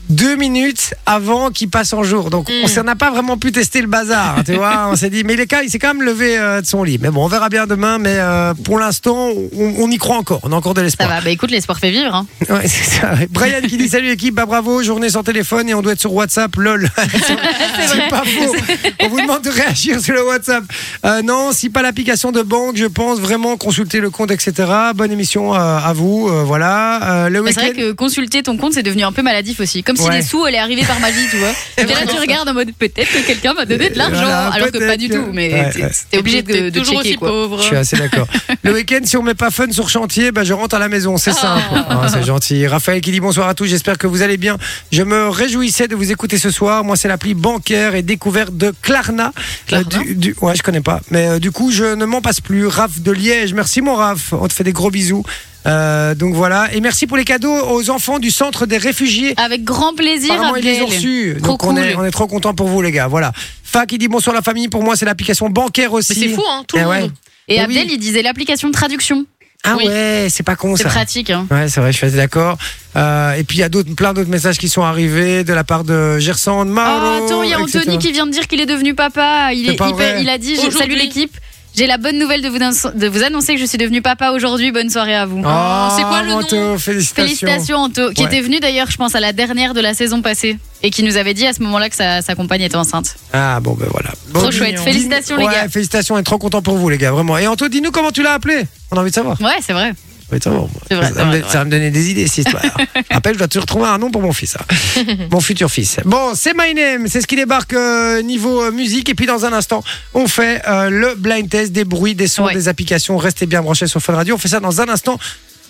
[SPEAKER 1] deux minutes avant qu'il passe en jour. Donc
[SPEAKER 2] Hmm.
[SPEAKER 3] Mm.
[SPEAKER 1] on s'en a pas vraiment pu tester le bazar, tu vois. On s'est dit, mais les cas, il s'est quand même levé euh, de son lit. Mais bon, on verra bien demain. Mais euh, pour l'instant, on, on y croit encore. On a encore de
[SPEAKER 2] Ça
[SPEAKER 1] l'espoir.
[SPEAKER 2] va, bah écoute, l'espoir fait vivre. hein.
[SPEAKER 1] Ouais, c'est ça. Brian qui dit salut l'équipe, bah bravo, journée sans téléphone et on doit être sur WhatsApp, lol. c'est pas faux. On vous demande de réagir sur le WhatsApp. Euh, non, si pas l'application de banque, je pense vraiment consulter le compte, etc. Bonne émission euh, à vous, euh, voilà. Euh, le
[SPEAKER 2] Mais Bah, c'est vrai
[SPEAKER 1] week-end.
[SPEAKER 2] que consulter ton compte, c'est devenu un peu maladif aussi. Comme si
[SPEAKER 1] Ouais.
[SPEAKER 2] les sous allaient arriver par magie, tu vois. Et là, tu regardes en mode peut-être que quelqu'un va donner de l'argent,
[SPEAKER 1] Voilà,
[SPEAKER 2] alors que pas
[SPEAKER 1] peut-être
[SPEAKER 2] du
[SPEAKER 1] que-
[SPEAKER 2] tout. Mais
[SPEAKER 1] Ouais,
[SPEAKER 2] t'es-
[SPEAKER 1] ouais.
[SPEAKER 2] t'es obligé de, de
[SPEAKER 3] toujours
[SPEAKER 2] checker,
[SPEAKER 3] aussi
[SPEAKER 2] quoi.
[SPEAKER 1] Je suis
[SPEAKER 3] pauvre.
[SPEAKER 1] assez d'accord. Le week-end, si on met pas fun sur chantier, bah je rentre à la maison.
[SPEAKER 3] Oh.
[SPEAKER 1] C'est simple. Ah, c'est gentil. Raphaël qui dit bonsoir à tous. J'espère que vous allez bien. Je me réjouissais de vous écouter ce soir. Moi, c'est l'appli bancaire et découverte de Klarna. Euh,
[SPEAKER 3] Klarna
[SPEAKER 1] du, du- ouais, je connais pas. Mais euh, du coup, je ne m'en passe plus. Raph de Liège. Merci, mon Raph. On te fait des gros bisous. Euh, donc voilà. Et merci pour les cadeaux aux enfants du centre des réfugiés.
[SPEAKER 3] Ah,
[SPEAKER 2] Avec grand plaisir,
[SPEAKER 1] Apparemment, ils les ont
[SPEAKER 2] Abdel.
[SPEAKER 1] reçus.
[SPEAKER 2] Trop
[SPEAKER 1] Donc, on, est,
[SPEAKER 2] cool.
[SPEAKER 1] on est trop contents pour vous, les gars. Voilà. Fa qui dit bonsoir, la famille. Pour moi, c'est l'application bancaire aussi.
[SPEAKER 3] Mais c'est fou, hein, tout
[SPEAKER 1] Eh
[SPEAKER 3] le
[SPEAKER 1] ouais.
[SPEAKER 3] monde.
[SPEAKER 2] Et
[SPEAKER 1] Oui.
[SPEAKER 2] Abdel, il disait l'application de traduction.
[SPEAKER 1] Ah
[SPEAKER 3] Oui.
[SPEAKER 1] ouais, c'est pas con
[SPEAKER 2] C'est
[SPEAKER 1] ça.
[SPEAKER 2] pratique. hein.
[SPEAKER 1] Ouais, c'est vrai, je suis assez d'accord. Euh, et puis il y a d'autres, plein d'autres messages qui sont arrivés de la part de Gerson, de Mauro.
[SPEAKER 2] Oh, attends, il y a
[SPEAKER 1] etc.
[SPEAKER 2] Anthony qui vient de dire qu'il est devenu papa. Il,
[SPEAKER 1] C'est
[SPEAKER 2] est
[SPEAKER 1] pas
[SPEAKER 2] hyper-
[SPEAKER 1] vrai.
[SPEAKER 2] il a dit j'ai-
[SPEAKER 3] Aujourd'hui.
[SPEAKER 2] Salut l'équipe, j'ai la bonne nouvelle de vous, annon- de vous annoncer que je suis devenu papa aujourd'hui. Bonne soirée à vous.
[SPEAKER 1] Oh,
[SPEAKER 3] c'est quoi le nom
[SPEAKER 1] Manteau, félicitations.
[SPEAKER 2] Félicitations Anto, qui
[SPEAKER 1] Ouais.
[SPEAKER 2] était venu d'ailleurs, je pense, à la dernière de la saison passée et qui nous avait dit à ce moment-là que sa, sa compagne était enceinte.
[SPEAKER 1] Ah bon, ben voilà.
[SPEAKER 2] Trop
[SPEAKER 1] Bon,
[SPEAKER 2] chouette.
[SPEAKER 1] dis-
[SPEAKER 2] Félicitations, les
[SPEAKER 1] ouais,
[SPEAKER 2] gars.
[SPEAKER 1] Félicitations, on est trop content pour vous, les gars, vraiment. Et Anto, dis-nous comment tu l'as appelé. On a envie de savoir.
[SPEAKER 2] Ouais, c'est vrai.
[SPEAKER 1] J'ai envie de savoir, moi.
[SPEAKER 2] C'est vrai,
[SPEAKER 1] ça,
[SPEAKER 2] c'est
[SPEAKER 1] me-
[SPEAKER 2] vrai, c'est vrai.
[SPEAKER 1] ça va me donner des idées, cette histoire. Rappelle, je dois toujours trouver un nom pour mon fils. hein. mon futur fils. Bon, c'est My Name. C'est ce qui débarque euh, niveau euh, musique. Et puis, dans un instant, on fait euh, le blind test des bruits, des sons,
[SPEAKER 2] Ouais.
[SPEAKER 1] des applications. Restez bien branchés sur Fun Radio. On fait ça dans un instant.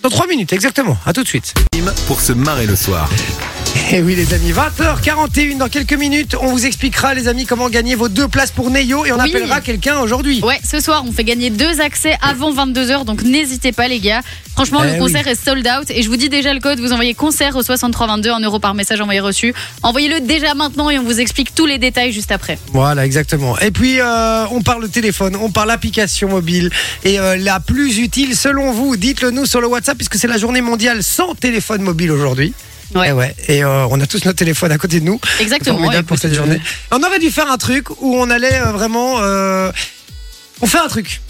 [SPEAKER 1] Dans 3 minutes, exactement. À tout de suite.
[SPEAKER 5] pour se marrer le soir.
[SPEAKER 1] Et oui, les amis, 20h41 dans quelques minutes. On vous expliquera, les amis, comment gagner vos deux places pour Neyo. Et on
[SPEAKER 2] Oui.
[SPEAKER 1] appellera quelqu'un aujourd'hui.
[SPEAKER 2] Ouais, ce soir, on fait gagner deux accès avant 22h, donc n'hésitez pas, les gars. Franchement,
[SPEAKER 1] Eh
[SPEAKER 2] le concert est sold out et je vous dis déjà le code. Vous envoyez concert au 6322, 1 euro par message envoyé reçu. Envoyez-le déjà maintenant et on vous explique tous les détails juste après.
[SPEAKER 1] Voilà, exactement. Et puis, euh, on parle téléphone, on parle application mobile. Et euh, la plus utile, selon vous, dites-le nous sur le WhatsApp, puisque c'est la journée mondiale sans téléphone mobile aujourd'hui.
[SPEAKER 2] Ouais.
[SPEAKER 1] Et, ouais. et euh, on a tous notre téléphone à côté de nous.
[SPEAKER 2] Exactement.
[SPEAKER 1] Formidable
[SPEAKER 2] Et
[SPEAKER 1] pour cette
[SPEAKER 2] écoute,
[SPEAKER 1] journée. On aurait dû faire un truc où on allait euh, vraiment... euh, on fait un truc.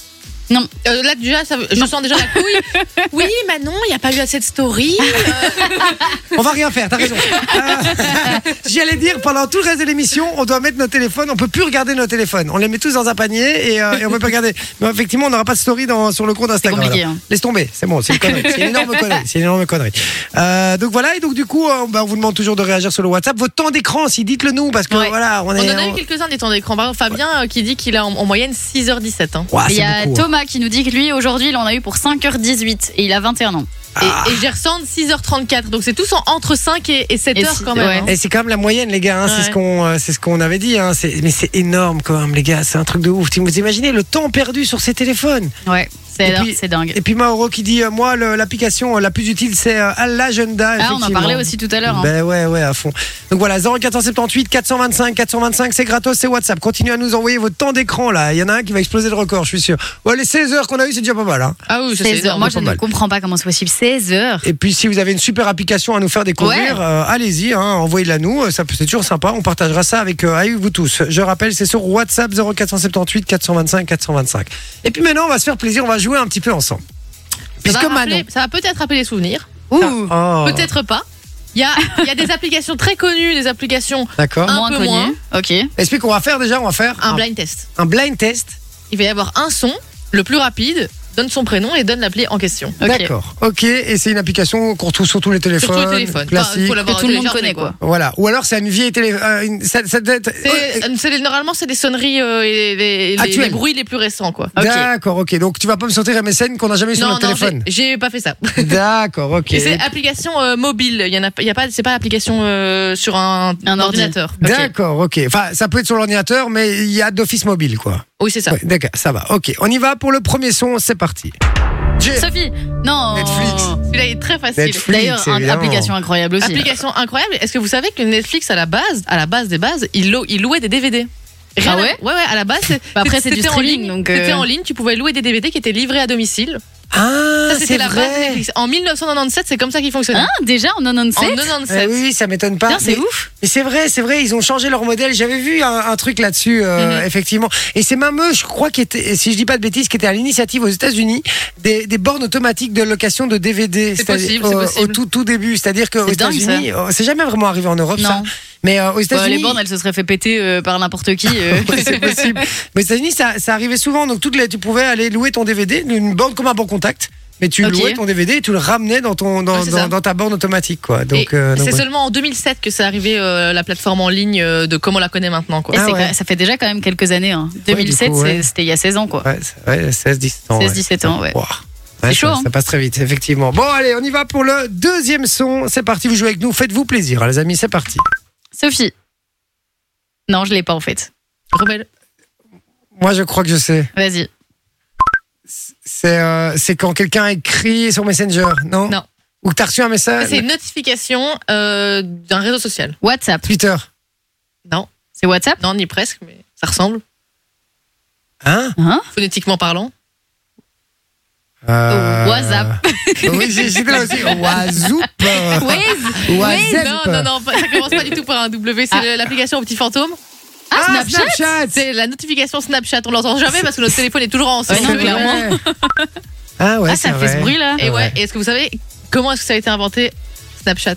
[SPEAKER 3] Euh, là, déjà, ça- je sens déjà la couille. oui, Manon, il n'y a pas eu assez de story.
[SPEAKER 2] Ah,
[SPEAKER 1] On va rien faire, t'as raison. Euh, J'allais dire, pendant tout le reste de l'émission, on doit mettre nos téléphones, on peut plus regarder nos téléphones. On les met tous dans un panier et, euh, et on peut pas regarder. Mais effectivement, on n'aura pas de story dans, sur le compte Instagram.
[SPEAKER 2] compliqué,
[SPEAKER 1] alors.
[SPEAKER 2] hein.
[SPEAKER 1] Laisse tomber, c'est bon, c'est une connerie. C'est une énorme connerie. C'est une énorme connerie. Euh, donc voilà, et donc du coup, euh, bah, on vous demande toujours de réagir sur le WhatsApp. Votre temps d'écran, si dites-le nous, parce que
[SPEAKER 2] Ouais.
[SPEAKER 1] voilà, on
[SPEAKER 3] On
[SPEAKER 1] est.
[SPEAKER 3] en a eu
[SPEAKER 1] on-
[SPEAKER 3] quelques-uns des temps d'écran. Par exemple, Fabien euh, qui dit qu'il a en, en moyenne 6h17. hein.
[SPEAKER 1] Ouah,
[SPEAKER 2] Il
[SPEAKER 1] c'est
[SPEAKER 2] y a
[SPEAKER 1] beaucoup, hein.
[SPEAKER 2] Thomas qui nous dit que lui, aujourd'hui, il en a eu pour 5h18 et il a 21 ans.
[SPEAKER 1] Ah.
[SPEAKER 3] Et, et Gerson, 6h34. Donc c'est tous en- entre 5 et, et 7
[SPEAKER 2] Et
[SPEAKER 3] heures
[SPEAKER 2] six-
[SPEAKER 3] quand même.
[SPEAKER 2] ouais.
[SPEAKER 3] hein.
[SPEAKER 1] Et c'est quand même la moyenne, les gars. hein, C'est
[SPEAKER 3] Ouais.
[SPEAKER 1] ce qu'on, euh, c'est ce qu'on avait dit. hein, c'est- Mais c'est énorme quand même, les gars. C'est un truc de ouf. Vous imaginez le temps perdu sur ces téléphones.
[SPEAKER 2] Ouais.
[SPEAKER 1] Et
[SPEAKER 2] C'est
[SPEAKER 1] puis-
[SPEAKER 2] c'est dingue.
[SPEAKER 1] Et puis Mauro qui dit euh, Moi, le- l'application euh, la plus utile, c'est euh, l'agenda.
[SPEAKER 2] Ah, on en
[SPEAKER 1] effectivement.
[SPEAKER 2] parlait aussi tout à l'heure. hein.
[SPEAKER 1] Ben ouais, ouais, à fond. Donc voilà, 0478 425 425, c'est gratos, c'est WhatsApp. Continuez à nous envoyer votre temps d'écran là. Il y en a un qui va exploser le record, je suis sûr. Ouais, les 16 heures qu'on a eu, c'est déjà pas mal. hein.
[SPEAKER 3] Ah oui, ça, c'est
[SPEAKER 2] 16 heures.
[SPEAKER 3] énorme.
[SPEAKER 2] Moi,
[SPEAKER 1] pas
[SPEAKER 2] je ne
[SPEAKER 1] mal.
[SPEAKER 2] comprends pas comment c'est possible. 16 heures.
[SPEAKER 1] Et puis si vous avez une super application à nous faire découvrir, euh, allez-y, hein, envoyez-la nous. Ça peut- C'est toujours sympa. On partagera ça avec, euh, avec vous tous. Je rappelle, c'est sur WhatsApp 0478 425 425. Et puis maintenant, on va se faire plaisir, on va jouer un petit peu ensemble.
[SPEAKER 3] Ça
[SPEAKER 1] Puisque
[SPEAKER 3] va rappeler-
[SPEAKER 1] Manon.
[SPEAKER 3] ça va peut-être rappeler les souvenirs.
[SPEAKER 2] Ouh.
[SPEAKER 1] Oh,
[SPEAKER 3] Peut-être pas. Il y a, il y a des applications très connues, des applications.
[SPEAKER 1] D'accord.
[SPEAKER 3] Un
[SPEAKER 2] moins
[SPEAKER 3] peu
[SPEAKER 2] connu.
[SPEAKER 3] moins.
[SPEAKER 2] Ok.
[SPEAKER 1] Explique, on va faire déjà, on va faire
[SPEAKER 3] Un blind test.
[SPEAKER 1] un blind test.
[SPEAKER 3] Il va y avoir un son, le plus rapide, donne son prénom et donne l'appli en question.
[SPEAKER 2] Ok.
[SPEAKER 1] D'accord. Ok, et c'est une application qu'on retrouve sur tous les
[SPEAKER 3] Sur
[SPEAKER 1] téléphones.
[SPEAKER 3] tous les téléphones.
[SPEAKER 1] classique.
[SPEAKER 3] Enfin, faut l'avoir
[SPEAKER 2] Que tout le monde
[SPEAKER 3] téléchargé,
[SPEAKER 2] connaît, quoi.
[SPEAKER 1] Voilà. Ou alors c'est une vieille télé. euh, une- ça, ça doit être- Oh,
[SPEAKER 3] C'est- c'est- normalement, c'est des sonneries euh, et les, les- les
[SPEAKER 1] Actuelles.
[SPEAKER 3] bruits les plus récents, quoi.
[SPEAKER 2] ok.
[SPEAKER 1] D'accord, ok. Donc tu vas pas me sortir MSN qu'on n'a jamais eu sur
[SPEAKER 3] euh, Non,
[SPEAKER 1] notre
[SPEAKER 3] non,
[SPEAKER 1] téléphone.
[SPEAKER 3] j'ai- j'ai pas fait ça.
[SPEAKER 1] D'accord, ok.
[SPEAKER 3] Et c'est application euh, mobile. Il y en a, il y a pas, c'est pas application euh, sur un,
[SPEAKER 2] Un ordi.
[SPEAKER 3] ordinateur.
[SPEAKER 1] D'accord, ok. Enfin, ça peut être sur l'ordinateur, mais il y a d'office mobile, quoi.
[SPEAKER 3] Oui, c'est ça.
[SPEAKER 1] Ouais, D'accord, ça va. Ok, on y va pour le premier son. C'est parti. J'ai-
[SPEAKER 2] Sophie. Non.
[SPEAKER 1] Netflix.
[SPEAKER 3] Celui-là est très facile.
[SPEAKER 1] Netflix.
[SPEAKER 2] D'ailleurs, un-
[SPEAKER 1] évidemment.
[SPEAKER 2] application incroyable aussi.
[SPEAKER 3] Application incroyable. Est-ce que vous savez que Netflix à la base, à la base des bases, il, lo- il louait des DVD.
[SPEAKER 2] Ah
[SPEAKER 3] à-
[SPEAKER 2] ouais
[SPEAKER 3] Ouais ouais. À la base, c'est-
[SPEAKER 2] Bah après, c'est
[SPEAKER 3] c'était
[SPEAKER 2] du
[SPEAKER 3] en
[SPEAKER 2] streaming,
[SPEAKER 3] ligne.
[SPEAKER 2] donc, euh,
[SPEAKER 3] C'était en ligne. Tu pouvais louer des DVD qui étaient livrés à domicile.
[SPEAKER 1] Ah,
[SPEAKER 3] Ça,
[SPEAKER 1] c'est
[SPEAKER 3] c'était la base de
[SPEAKER 1] vrai.
[SPEAKER 3] Netflix. En 1997, c'est comme ça qu'il fonctionnait.
[SPEAKER 2] Hein Bah Déjà en
[SPEAKER 3] en
[SPEAKER 2] 97
[SPEAKER 1] Eh
[SPEAKER 3] 97.
[SPEAKER 1] oui, oui, ça m'étonne pas.
[SPEAKER 2] Putain, C'est
[SPEAKER 1] Mais-
[SPEAKER 2] ouf.
[SPEAKER 1] Mais c'est vrai, c'est vrai, ils ont changé leur modèle. J'avais vu un, un truc là-dessus, euh,
[SPEAKER 3] Mhm.
[SPEAKER 1] effectivement. Et c'est même eux, je crois, qui était, si je dis pas de bêtises, qui était à l'initiative aux États-Unis des, des bornes automatiques de location de DVD.
[SPEAKER 3] C'est
[SPEAKER 1] C'est-à-dire,
[SPEAKER 3] possible, c'est
[SPEAKER 1] au- Au
[SPEAKER 3] possible.
[SPEAKER 1] tout, tout début, c'est-à-dire qu'aux
[SPEAKER 2] C'est dingue,
[SPEAKER 1] États-Unis, euh, c'est jamais vraiment arrivé en Europe, ça.
[SPEAKER 2] Non.
[SPEAKER 1] Mais euh, aux
[SPEAKER 2] Bah,
[SPEAKER 1] États-Unis.
[SPEAKER 2] les bornes, elles se seraient fait péter euh, par n'importe qui. euh.
[SPEAKER 1] Ouais, c'est possible. Mais aux États-Unis, ça, ça arrivait souvent. Donc, toutes les, tu pouvais aller louer ton DVD, une borne comme un bon contact. Mais tu
[SPEAKER 2] Ok.
[SPEAKER 1] louais ton DVD et tu le ramenais dans, ton, dans,
[SPEAKER 3] Ouais, c'est
[SPEAKER 1] dans-
[SPEAKER 3] ça.
[SPEAKER 1] dans ta borne automatique. Quoi.
[SPEAKER 3] Et
[SPEAKER 1] Donc, euh, donc,
[SPEAKER 3] c'est
[SPEAKER 1] ouais.
[SPEAKER 3] seulement en 2007 que c'est arrivé euh, la plateforme en ligne euh, de comme on la connaît maintenant. Quoi.
[SPEAKER 2] Et
[SPEAKER 1] Ah
[SPEAKER 2] c'est
[SPEAKER 1] ouais.
[SPEAKER 2] quand- Ça fait déjà quand même quelques années. hein. 2007,
[SPEAKER 1] du coup, ouais.
[SPEAKER 2] c'est- c'était il y a 16 ans, quoi.
[SPEAKER 1] Ouais, c'est- ouais, 16-17 ans. ouais.
[SPEAKER 2] 16-17 ans, ouais.
[SPEAKER 1] Wow. Ouais,
[SPEAKER 2] C'est chaud,
[SPEAKER 1] ça,
[SPEAKER 2] hein.
[SPEAKER 1] ça passe très vite, effectivement. Bon, allez, on y va pour le deuxième son. C'est parti, vous jouez avec nous. Faites-vous plaisir, hein, les amis, c'est parti.
[SPEAKER 2] Sophie. Non, je l'ai pas en fait.
[SPEAKER 3] Rebelle.
[SPEAKER 1] Moi, je crois que je sais.
[SPEAKER 2] Vas-y.
[SPEAKER 1] C'est euh, c'est quand quelqu'un écrit sur Messenger, non
[SPEAKER 3] Non.
[SPEAKER 1] Ou que t'as reçu un
[SPEAKER 2] Ah,
[SPEAKER 1] message
[SPEAKER 3] C'est une notification euh, d'un réseau social.
[SPEAKER 2] WhatsApp.
[SPEAKER 1] Twitter.
[SPEAKER 3] Non,
[SPEAKER 2] C'est WhatsApp
[SPEAKER 3] non, ni presque, mais ça ressemble,
[SPEAKER 1] Hein
[SPEAKER 2] Hein
[SPEAKER 3] phonétiquement parlant.
[SPEAKER 1] Euh,
[SPEAKER 2] WhatsApp.
[SPEAKER 1] oui, j'ai- j'étais là aussi. WhatsApp.
[SPEAKER 2] Waze
[SPEAKER 1] WhatsApp.
[SPEAKER 3] Non, non, non, pas- ça commence pas du tout par un W. C'est
[SPEAKER 2] Ah.
[SPEAKER 3] le- l'application au petit fantôme.
[SPEAKER 1] Ah,
[SPEAKER 2] Snapchat
[SPEAKER 1] Snapchat.
[SPEAKER 3] C'est la notification Snapchat. On l'entend jamais parce que notre téléphone est toujours en
[SPEAKER 2] Ouais, non,
[SPEAKER 3] silencieux.
[SPEAKER 2] clairement.
[SPEAKER 1] vrai. Ah ouais,
[SPEAKER 2] Ah,
[SPEAKER 1] c'est
[SPEAKER 2] ça fait
[SPEAKER 1] vrai.
[SPEAKER 2] ce bruit là
[SPEAKER 3] Et ouais.
[SPEAKER 1] Ouais.
[SPEAKER 3] Et est-ce que vous savez comment est-ce que ça a été inventé Snapchat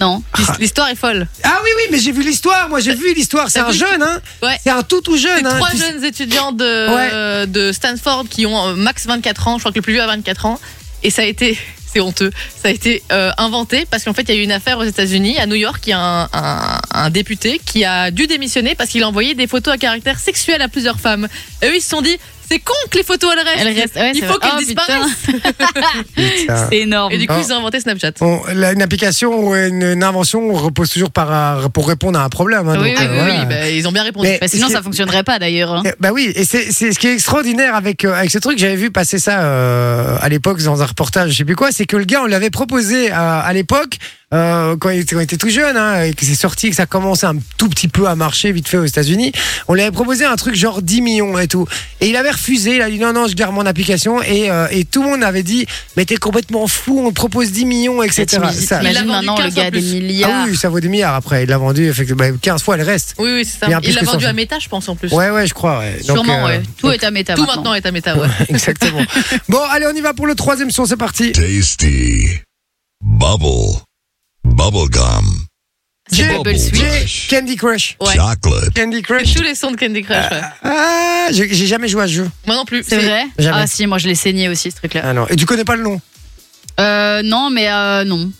[SPEAKER 2] Non.
[SPEAKER 3] L'his- L'histoire est folle.
[SPEAKER 1] Ah oui, oui, mais j'ai vu l'histoire. Moi, j'ai vu l'histoire. C'est
[SPEAKER 3] T'as
[SPEAKER 1] un
[SPEAKER 3] vu
[SPEAKER 1] jeune, hein.
[SPEAKER 3] Ouais.
[SPEAKER 1] C'est un tout tout
[SPEAKER 3] C'est
[SPEAKER 1] jeune. hein.
[SPEAKER 3] trois
[SPEAKER 1] Tu-
[SPEAKER 3] jeunes étudiants de,
[SPEAKER 1] Ouais.
[SPEAKER 3] euh, de Stanford qui ont euh, max 24 ans. Je crois que le plus vieux a 24 ans. Et ça a été, c'est honteux, ça a été euh, inventé parce qu'en fait, il y a eu une affaire aux États-Unis, à New York, il y a un, un- un député qui a dû démissionner parce qu'il a envoyé des photos à caractère sexuel à plusieurs femmes. Et eux, ils se sont dit, c'est con que les photos, elles restent.
[SPEAKER 2] Elle reste. ouais,
[SPEAKER 3] il
[SPEAKER 2] c'est
[SPEAKER 3] faut
[SPEAKER 2] vrai.
[SPEAKER 3] qu'elles
[SPEAKER 2] Oh,
[SPEAKER 3] disparaissent.
[SPEAKER 1] Putain.
[SPEAKER 2] putain, C'est énorme.
[SPEAKER 3] Et du coup,
[SPEAKER 1] Oh.
[SPEAKER 3] ils ont inventé Snapchat.
[SPEAKER 1] On- là, une application ou une, une invention repose toujours par, un- pour répondre à un problème. hein,
[SPEAKER 2] Oui,
[SPEAKER 1] donc,
[SPEAKER 3] Ah
[SPEAKER 1] euh,
[SPEAKER 3] oui,
[SPEAKER 1] voilà.
[SPEAKER 3] oui, bah, ils ont bien répondu.
[SPEAKER 1] Mais-
[SPEAKER 2] Bah, sinon, ça fonctionnerait pas d'ailleurs. hein.
[SPEAKER 1] Eh, Bah oui, et c'est c'est ce qui est extraordinaire avec, euh, avec ce truc. J'avais vu passer ça euh, à l'époque dans un reportage, je sais plus quoi. C'est que le gars, on l'avait proposé à, à l'époque euh, quand, il était- quand il était tout jeune, hein, et que c'est sorti, que ça commençait un tout petit peu à marcher vite fait aux États-Unis. On lui avait proposé un truc genre 10 millions et tout. Et il avait refusé. Il a dit non, non, je garde mon application. Et, euh, et tout le monde avait dit, mais t'es complètement fou, on te propose 10 millions, etc.
[SPEAKER 2] T'imagines
[SPEAKER 1] Ça-
[SPEAKER 3] Il a
[SPEAKER 2] t'imagines
[SPEAKER 3] vendu
[SPEAKER 2] maintenant le
[SPEAKER 3] 15 fois
[SPEAKER 2] gars a des
[SPEAKER 3] plus.
[SPEAKER 1] ah
[SPEAKER 2] milliards.
[SPEAKER 1] oui, ça vaut des milliards après. Il l'a vendu, effectivement. Bah, 15 fois, elle reste.
[SPEAKER 3] Oui, oui, c'est ça.
[SPEAKER 1] Bien plus
[SPEAKER 3] Il l'a
[SPEAKER 1] que
[SPEAKER 3] vendu
[SPEAKER 1] ça.
[SPEAKER 3] à Meta, je pense, en plus.
[SPEAKER 1] Ouais, ouais, je crois. ouais. Donc,
[SPEAKER 2] Sûrement,
[SPEAKER 1] euh,
[SPEAKER 2] ouais. Tout est à méta.
[SPEAKER 3] Tout maintenant est à Meta, ouais.
[SPEAKER 1] Exactement. bon, allez, on y va pour le troisième son, c'est parti.
[SPEAKER 6] Tasty. Bubble. Bubblegum.
[SPEAKER 2] C'est
[SPEAKER 6] Bubble
[SPEAKER 2] Bubble Sweet.
[SPEAKER 6] Rush.
[SPEAKER 1] Candy Crush.
[SPEAKER 3] Ouais.
[SPEAKER 6] Chocolate.
[SPEAKER 1] Candy Crush.
[SPEAKER 3] Tous les sons de Candy Crush, ouais.
[SPEAKER 1] Ah, j'ai j'ai jamais joué à ce jeu.
[SPEAKER 3] Moi non plus.
[SPEAKER 2] C'est vrai
[SPEAKER 1] Jamais.
[SPEAKER 2] Ah si, moi je l'ai saigné aussi ce truc-là.
[SPEAKER 1] Ah non. Et tu connais pas le nom
[SPEAKER 2] Euh, non, mais euh, non.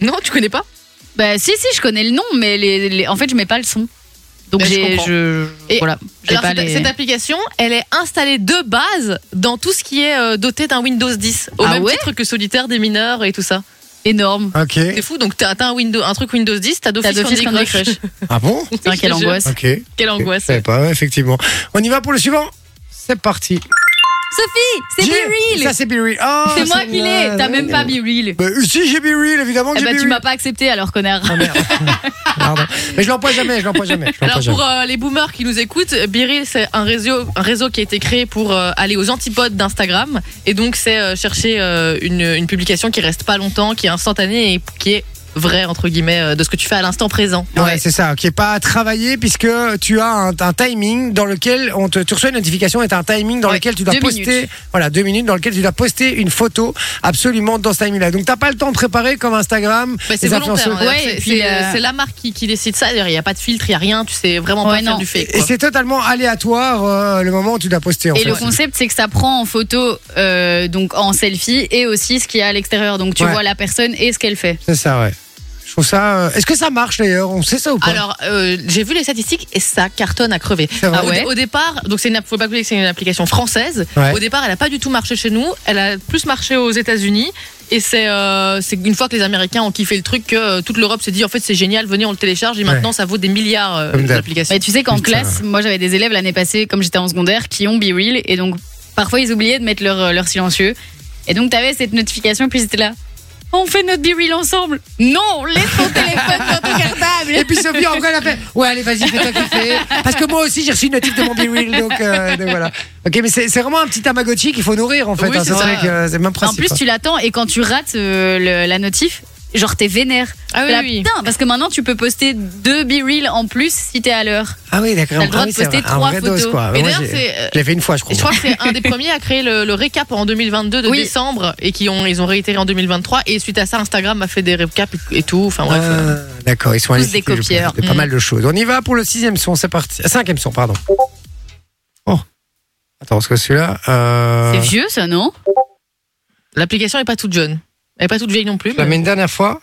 [SPEAKER 3] Non, tu connais pas
[SPEAKER 2] Bah si, si, je connais le nom, mais les, les- en fait, je mets pas le son. Donc
[SPEAKER 3] Bah, je
[SPEAKER 2] j'ai,
[SPEAKER 3] comprends.
[SPEAKER 2] je,
[SPEAKER 3] Et
[SPEAKER 2] voilà, j'ai
[SPEAKER 3] Alors,
[SPEAKER 2] pas
[SPEAKER 3] cette,
[SPEAKER 2] les.
[SPEAKER 3] cette application, elle est installée de base dans tout ce qui est euh, doté d'un Windows 10. Au
[SPEAKER 2] Ah
[SPEAKER 3] même
[SPEAKER 2] ouais
[SPEAKER 3] titre que Solitaire des mineurs et tout ça.
[SPEAKER 2] Énorme.
[SPEAKER 1] Ok.
[SPEAKER 3] C'est fou, donc t'as t'as un, Windows- un truc Windows 10, t'as d'office
[SPEAKER 2] T'as d'office
[SPEAKER 3] Candy Crush.
[SPEAKER 2] Candy Crush.
[SPEAKER 1] Ah bon
[SPEAKER 2] Putain, quelle
[SPEAKER 3] Je-
[SPEAKER 2] angoisse.
[SPEAKER 1] Ok.
[SPEAKER 3] Quelle
[SPEAKER 1] Je
[SPEAKER 3] angoisse.
[SPEAKER 1] savais pas, ouais, effectivement. On y va pour le suivant. C'est parti.
[SPEAKER 2] Sophie, c'est
[SPEAKER 1] J'ai-
[SPEAKER 2] Be Real
[SPEAKER 1] Ça, c'est Be Real. Oh,
[SPEAKER 2] C'est moi
[SPEAKER 1] c'est-
[SPEAKER 2] qui l'ai T'as même pas Be Real
[SPEAKER 1] Bah, si, j'ai Be Real, évidemment que
[SPEAKER 2] Eh
[SPEAKER 1] j'ai
[SPEAKER 2] bah,
[SPEAKER 1] Be
[SPEAKER 2] tu m'as
[SPEAKER 1] Real.
[SPEAKER 2] pas accepté alors, connard
[SPEAKER 1] Ah, merde. Pardon. Mais je l'emploie jamais, je l'emploie jamais. je l'emploie
[SPEAKER 3] Alors
[SPEAKER 1] jamais.
[SPEAKER 3] pour euh, les boomers qui nous écoutent, Biril c'est un réseau, un réseau qui a été créé pour euh, aller aux antipodes d'Instagram et donc c'est euh, chercher euh, une, une publication qui reste pas longtemps, qui est instantanée et qui est vraie entre guillemets euh, de ce que tu fais à l'instant présent.
[SPEAKER 1] Ouais, c'est ça, qui est pas à travailler puisque tu as un, un timing dans lequel on te, tu reçois une notification et t'as un timing dans
[SPEAKER 2] Ouais,
[SPEAKER 1] lequel tu dois
[SPEAKER 2] deux
[SPEAKER 1] poster,
[SPEAKER 2] minutes.
[SPEAKER 1] voilà, deux minutes dans lequel tu dois poster une photo absolument dans ce timing-là. Donc t'as pas le temps de préparer comme Instagram.
[SPEAKER 3] Mais c'est
[SPEAKER 1] les
[SPEAKER 3] volontaire.
[SPEAKER 1] influenceurs.
[SPEAKER 3] hein,
[SPEAKER 2] Bah, Ouais,
[SPEAKER 3] c'est-
[SPEAKER 2] et puis,
[SPEAKER 3] c'est
[SPEAKER 2] euh,
[SPEAKER 3] c'est la marque qui, qui décide ça. D'ailleurs, Il n'y a pas de filtre, il n'y a rien. Tu sais vraiment
[SPEAKER 2] Ouais,
[SPEAKER 3] pas faire
[SPEAKER 2] non.
[SPEAKER 3] du fake.
[SPEAKER 1] Et
[SPEAKER 3] quoi.
[SPEAKER 1] c'est totalement aléatoire euh, le moment où tu dois poster. En
[SPEAKER 2] Et
[SPEAKER 1] fait.
[SPEAKER 2] le concept, c'est que ça prend en photo, euh, donc en selfie, et aussi ce qu'il y a à l'extérieur. Donc tu
[SPEAKER 1] Ouais.
[SPEAKER 2] vois la personne et ce qu'elle fait.
[SPEAKER 1] C'est ça, ouais. Je trouve ça. euh, Est-ce que ça marche d'ailleurs On sait ça ou pas
[SPEAKER 3] Alors, euh, j'ai vu les statistiques et ça cartonne à crever.
[SPEAKER 1] vrai.
[SPEAKER 3] Ah ouais.
[SPEAKER 2] Ouais.
[SPEAKER 3] au, départ, donc c'est une, app- faut pas oublier que c'est une application française.
[SPEAKER 1] Ouais.
[SPEAKER 3] Au départ, elle a pas du tout marché chez nous. Elle a plus marché aux États-Unis. Et c'est euh, c'est une fois que les Américains ont kiffé le truc que euh, toute l'Europe s'est dit en fait c'est génial, venez on le télécharge et maintenant ça vaut des milliards euh,
[SPEAKER 1] Comme d'hab.
[SPEAKER 3] d'applications.
[SPEAKER 2] Mais Bah, tu sais qu'en
[SPEAKER 1] Putain.
[SPEAKER 2] classe, moi j'avais des élèves l'année passée, comme j'étais en secondaire, qui ont Be Real, et donc parfois ils oubliaient de mettre leur, euh, leur silencieux. Et donc t'avais cette notification, puis c'était là. On fait notre Be Real ensemble Non Laisse ton téléphone dans ton
[SPEAKER 1] Et
[SPEAKER 2] cartable
[SPEAKER 1] puis Sophie, encore elle a fait Ouais, allez, vas-y, fais-toi kiffer. Parce que moi aussi, j'ai reçu une notif de mon Be Real, donc, euh, donc voilà. Ok, mais c'est c'est vraiment un petit Tamagotchi qu'il faut nourrir en fait.
[SPEAKER 3] Oui,
[SPEAKER 1] hein,
[SPEAKER 3] c'est
[SPEAKER 1] c'est vrai
[SPEAKER 3] ça.
[SPEAKER 1] que euh, c'est le même
[SPEAKER 2] En
[SPEAKER 1] principe.
[SPEAKER 2] plus,
[SPEAKER 1] hein.
[SPEAKER 2] tu l'attends, et quand tu rates euh, le- la notif, genre t'es vénère.
[SPEAKER 3] Ah oui,
[SPEAKER 2] Là,
[SPEAKER 3] oui.
[SPEAKER 2] Putain, parce que maintenant tu peux poster deux Be Real en plus si t'es à l'heure.
[SPEAKER 1] Ah oui, d'accord.
[SPEAKER 2] T'as le droit
[SPEAKER 1] Ah oui,
[SPEAKER 2] de
[SPEAKER 1] c'est
[SPEAKER 2] poster
[SPEAKER 1] vrai, un
[SPEAKER 2] trois
[SPEAKER 1] vrai
[SPEAKER 2] photos.
[SPEAKER 1] dose, quoi.
[SPEAKER 3] Et
[SPEAKER 1] Moi,
[SPEAKER 3] d'ailleurs,
[SPEAKER 1] j'ai-
[SPEAKER 3] c'est, euh,
[SPEAKER 1] Je l'ai fait une fois, je crois.
[SPEAKER 3] Et je crois que c'est un des premiers à créer le, le récap en 2022 de
[SPEAKER 2] Oui.
[SPEAKER 3] décembre et qui ont ils ont réitéré en 2023 et suite à ça Instagram a fait des récaps et tout. Enfin bref. euh,
[SPEAKER 1] Ah, D'accord, ils sont
[SPEAKER 2] Tous
[SPEAKER 1] allés
[SPEAKER 2] des
[SPEAKER 1] citer, je
[SPEAKER 2] copieurs.
[SPEAKER 1] pense, de Pas
[SPEAKER 3] Mm.
[SPEAKER 1] mal de choses. On y va pour le sixième son, c'est parti. Ah, Cinquième son, pardon. Oh. Attends, parce que celui-là. euh,
[SPEAKER 2] C'est vieux ça, non
[SPEAKER 3] L'application est pas toute jeune. Elle est pas toute vieille non plus.
[SPEAKER 1] Je la
[SPEAKER 3] mais-
[SPEAKER 1] mets une dernière fois.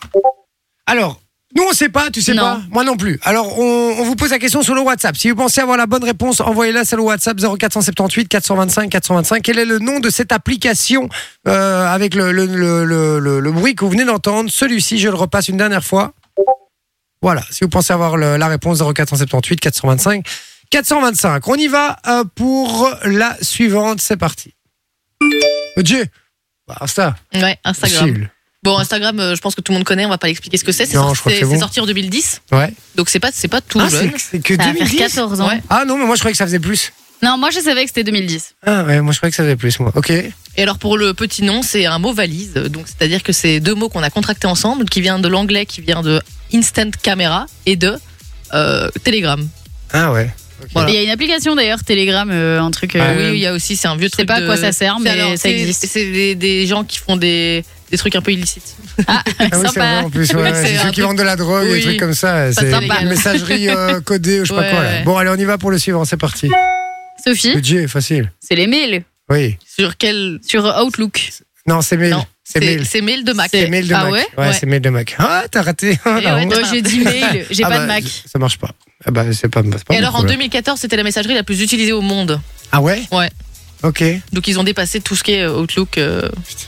[SPEAKER 1] Alors, nous, on sait pas, tu sais
[SPEAKER 2] Non.
[SPEAKER 1] pas, moi non plus. Alors, on, on vous pose la question sur le WhatsApp. Si vous pensez avoir la bonne réponse, envoyez-la sur le WhatsApp 0478 425 425. Quel est le nom de cette application euh, avec le, le- le- le- le- le bruit que vous venez d'entendre Celui-ci, je le repasse une dernière fois. Voilà, si vous pensez avoir le- la réponse 0478 425 425. On y va euh, pour la suivante, c'est parti. Dieu bah, Insta,
[SPEAKER 3] Ouais, Instagram.
[SPEAKER 1] chill.
[SPEAKER 3] Bon, Instagram, euh, je pense que tout le monde connaît, on va pas l'expliquer ce que c'est. C'est
[SPEAKER 1] Non,
[SPEAKER 3] sorti,
[SPEAKER 1] je crois que
[SPEAKER 3] c'est
[SPEAKER 1] c'est bon.
[SPEAKER 3] sorti en 2010,
[SPEAKER 1] Ouais.
[SPEAKER 3] donc c'est pas, c'est pas tout
[SPEAKER 1] Ah,
[SPEAKER 3] jeune.
[SPEAKER 1] c'est- c'est que
[SPEAKER 2] Ça va
[SPEAKER 1] 2010
[SPEAKER 2] faire 14 ans.
[SPEAKER 3] Ouais.
[SPEAKER 1] Ah non, mais moi je croyais que ça faisait plus.
[SPEAKER 2] Non, moi je savais que c'était 2010.
[SPEAKER 1] Ah ouais, moi je croyais que ça faisait plus, moi. Ok.
[SPEAKER 3] Et alors pour le petit nom, c'est un mot valise, donc c'est-à-dire que c'est deux mots qu'on a contractés ensemble, qui vient de l'anglais, qui vient de instant camera et de euh, Telegram.
[SPEAKER 1] Ah ouais.
[SPEAKER 3] Voilà.
[SPEAKER 2] Et Il y a une application d'ailleurs, Telegram, euh, un truc. euh,
[SPEAKER 1] Ah
[SPEAKER 3] Oui, il y a aussi, c'est un vieux
[SPEAKER 2] Je sais
[SPEAKER 3] truc.
[SPEAKER 2] pas à
[SPEAKER 3] de-
[SPEAKER 2] quoi ça sert,
[SPEAKER 3] C'est
[SPEAKER 2] mais
[SPEAKER 3] alors,
[SPEAKER 2] ça
[SPEAKER 3] c'est-
[SPEAKER 2] existe.
[SPEAKER 3] C'est des, des gens qui font des, des trucs un peu illicites.
[SPEAKER 1] Ah oui, c'est vrai
[SPEAKER 2] sympa.
[SPEAKER 1] en plus. ouais,
[SPEAKER 3] Oui,
[SPEAKER 1] ouais,
[SPEAKER 3] c'est
[SPEAKER 1] c'est ceux
[SPEAKER 3] un
[SPEAKER 1] qui
[SPEAKER 3] truc-
[SPEAKER 1] vendent de la drogue, des
[SPEAKER 3] Oui.
[SPEAKER 1] trucs comme ça. C'est
[SPEAKER 3] sympa.
[SPEAKER 1] une messagerie euh, codée ou je sais pas
[SPEAKER 3] Ouais,
[SPEAKER 1] quoi. là.
[SPEAKER 3] ouais. Hmm
[SPEAKER 1] Bon, allez, on y va pour le suivant, c'est parti.
[SPEAKER 2] Sophie,
[SPEAKER 1] Budget, facile.
[SPEAKER 2] c'est les mails
[SPEAKER 1] Oui.
[SPEAKER 3] Sur quel
[SPEAKER 2] sur Outlook.
[SPEAKER 1] Non, c'est mail.
[SPEAKER 3] Non,
[SPEAKER 1] C'est mail.
[SPEAKER 3] C'est mail de Mac.
[SPEAKER 1] C'est mail de
[SPEAKER 3] ah
[SPEAKER 1] Mac.
[SPEAKER 3] ouais,
[SPEAKER 1] ouais, c'est mail de Mac. Ah, t'as raté. Ah,
[SPEAKER 3] Et
[SPEAKER 1] la
[SPEAKER 3] ouais,
[SPEAKER 1] honte.
[SPEAKER 3] t'as-
[SPEAKER 2] Moi j'ai dit mail, j'ai
[SPEAKER 1] Ah
[SPEAKER 2] pas
[SPEAKER 1] bah,
[SPEAKER 2] de Mac.
[SPEAKER 1] Ça marche pas. Ah bah, c'est pas, c'est pas
[SPEAKER 3] Et
[SPEAKER 1] mon
[SPEAKER 3] alors en
[SPEAKER 1] problème.
[SPEAKER 3] 2014, c'était la messagerie la plus utilisée au monde.
[SPEAKER 1] Ah ouais
[SPEAKER 3] Ouais.
[SPEAKER 1] Ok.
[SPEAKER 3] Donc ils ont dépassé tout ce qui est euh, Outlook, euh,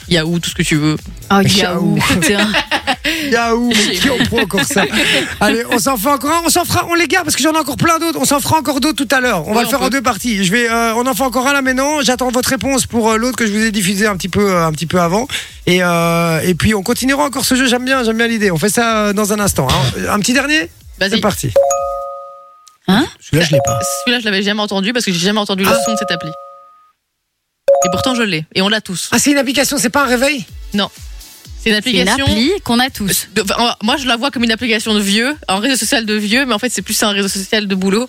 [SPEAKER 3] Yahoo, tout ce que tu veux.
[SPEAKER 2] Oh
[SPEAKER 1] Yahoo.
[SPEAKER 2] Yahoo, putain.
[SPEAKER 1] Yahoo, mais qui en prend encore ça Allez, on s'en fait encore un, on s'en fera, on les garde parce que j'en ai encore plein d'autres. On s'en fera encore d'autres tout à l'heure. On
[SPEAKER 3] Ouais,
[SPEAKER 1] va le
[SPEAKER 3] on
[SPEAKER 1] faire en
[SPEAKER 3] peut.
[SPEAKER 1] deux parties. Je vais, euh, on en fait encore un là maintenant. J'attends votre réponse pour euh, l'autre que je vous ai diffusé un petit peu, euh, un petit peu avant. Et, euh, et puis on continuera encore ce jeu. J'aime bien, j'aime bien l'idée. On fait ça euh, dans un instant. hein. Un petit dernier. C'est
[SPEAKER 3] Vas-y.
[SPEAKER 1] parti.
[SPEAKER 2] Hein
[SPEAKER 1] Celui-là, je l'ai pas.
[SPEAKER 3] Celui-là, je l'avais jamais entendu parce que j'ai jamais entendu
[SPEAKER 1] Ah.
[SPEAKER 3] le son de cette appli. Et pourtant, je l'ai. Et on l'a tous.
[SPEAKER 1] Ah, c'est une application, c'est pas un réveil
[SPEAKER 3] C'est une
[SPEAKER 2] C'est une
[SPEAKER 3] application.
[SPEAKER 2] appli qu'on a tous.
[SPEAKER 3] de- enfin, euh, moi, je la vois comme une application de vieux, un réseau social de vieux, mais en fait, c'est plus un réseau social de boulot.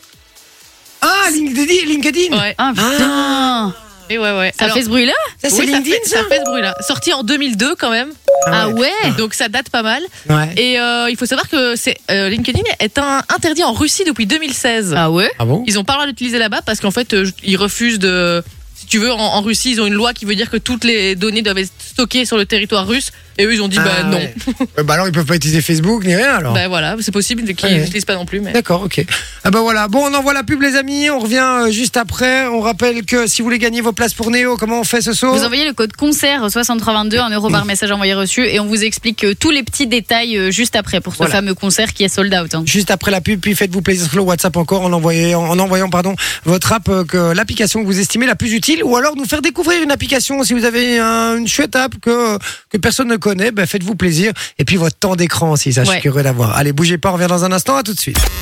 [SPEAKER 1] Ah, LinkedIn, LinkedIn.
[SPEAKER 3] Ouais.
[SPEAKER 2] Ah putain
[SPEAKER 3] Et ouais, ouais.
[SPEAKER 2] Ça
[SPEAKER 3] Alors,
[SPEAKER 2] fait ce bruit-là
[SPEAKER 1] Ça, Ah, c'est
[SPEAKER 3] oui, ça
[SPEAKER 1] LinkedIn,
[SPEAKER 3] fait-
[SPEAKER 1] ça,
[SPEAKER 3] ça fait ce bruit-là. Sorti en 2002 quand même.
[SPEAKER 2] Ah ouais
[SPEAKER 3] Donc ça date pas mal.
[SPEAKER 1] Ouais.
[SPEAKER 3] Et euh, il faut savoir que c'est euh, LinkedIn est un- interdit en Russie depuis 2016.
[SPEAKER 2] Ah ouais
[SPEAKER 1] Ah bon
[SPEAKER 3] Ils ont pas le droit d'utiliser là-bas parce qu'en fait, euh, ils refusent de. Si tu veux, en, en Russie, ils ont une loi qui veut dire que toutes les données doivent être stockées sur le territoire russe. Et eux, ils ont dit, bah
[SPEAKER 1] Ah,
[SPEAKER 3] non.
[SPEAKER 1] ouais. Ouais, bah alors ils peuvent pas utiliser Facebook ni rien alors.
[SPEAKER 3] Bah voilà, c'est possible qu'ils
[SPEAKER 1] Ah, Ouais.
[SPEAKER 3] n'utilisent pas non plus. Mais...
[SPEAKER 1] D'accord, ok. Ah bah voilà, bon on envoie la pub les amis, on revient euh, juste après. On rappelle que si vous voulez gagner vos places pour Néo, comment on fait ce saut
[SPEAKER 2] Vous envoyez le code concert 6322, 1 euro par message envoyé reçu, et on vous explique euh, tous les petits détails euh, juste après pour ce
[SPEAKER 1] Voilà.
[SPEAKER 2] fameux concert qui est sold out. hein.
[SPEAKER 1] Juste après la pub, puis faites-vous plaisir sur le WhatsApp encore en envoyant, en envoyant pardon, votre app, euh, que l'application que vous estimez la plus utile, ou alors nous faire découvrir une application. Si vous avez un- une chouette app que, que personne ne connaît, bah, faites-vous plaisir. Et puis votre temps d'écran aussi, ça je suis
[SPEAKER 2] Ouais.
[SPEAKER 1] curieux d'avoir. Allez, bougez pas, on revient dans un instant, à tout de suite.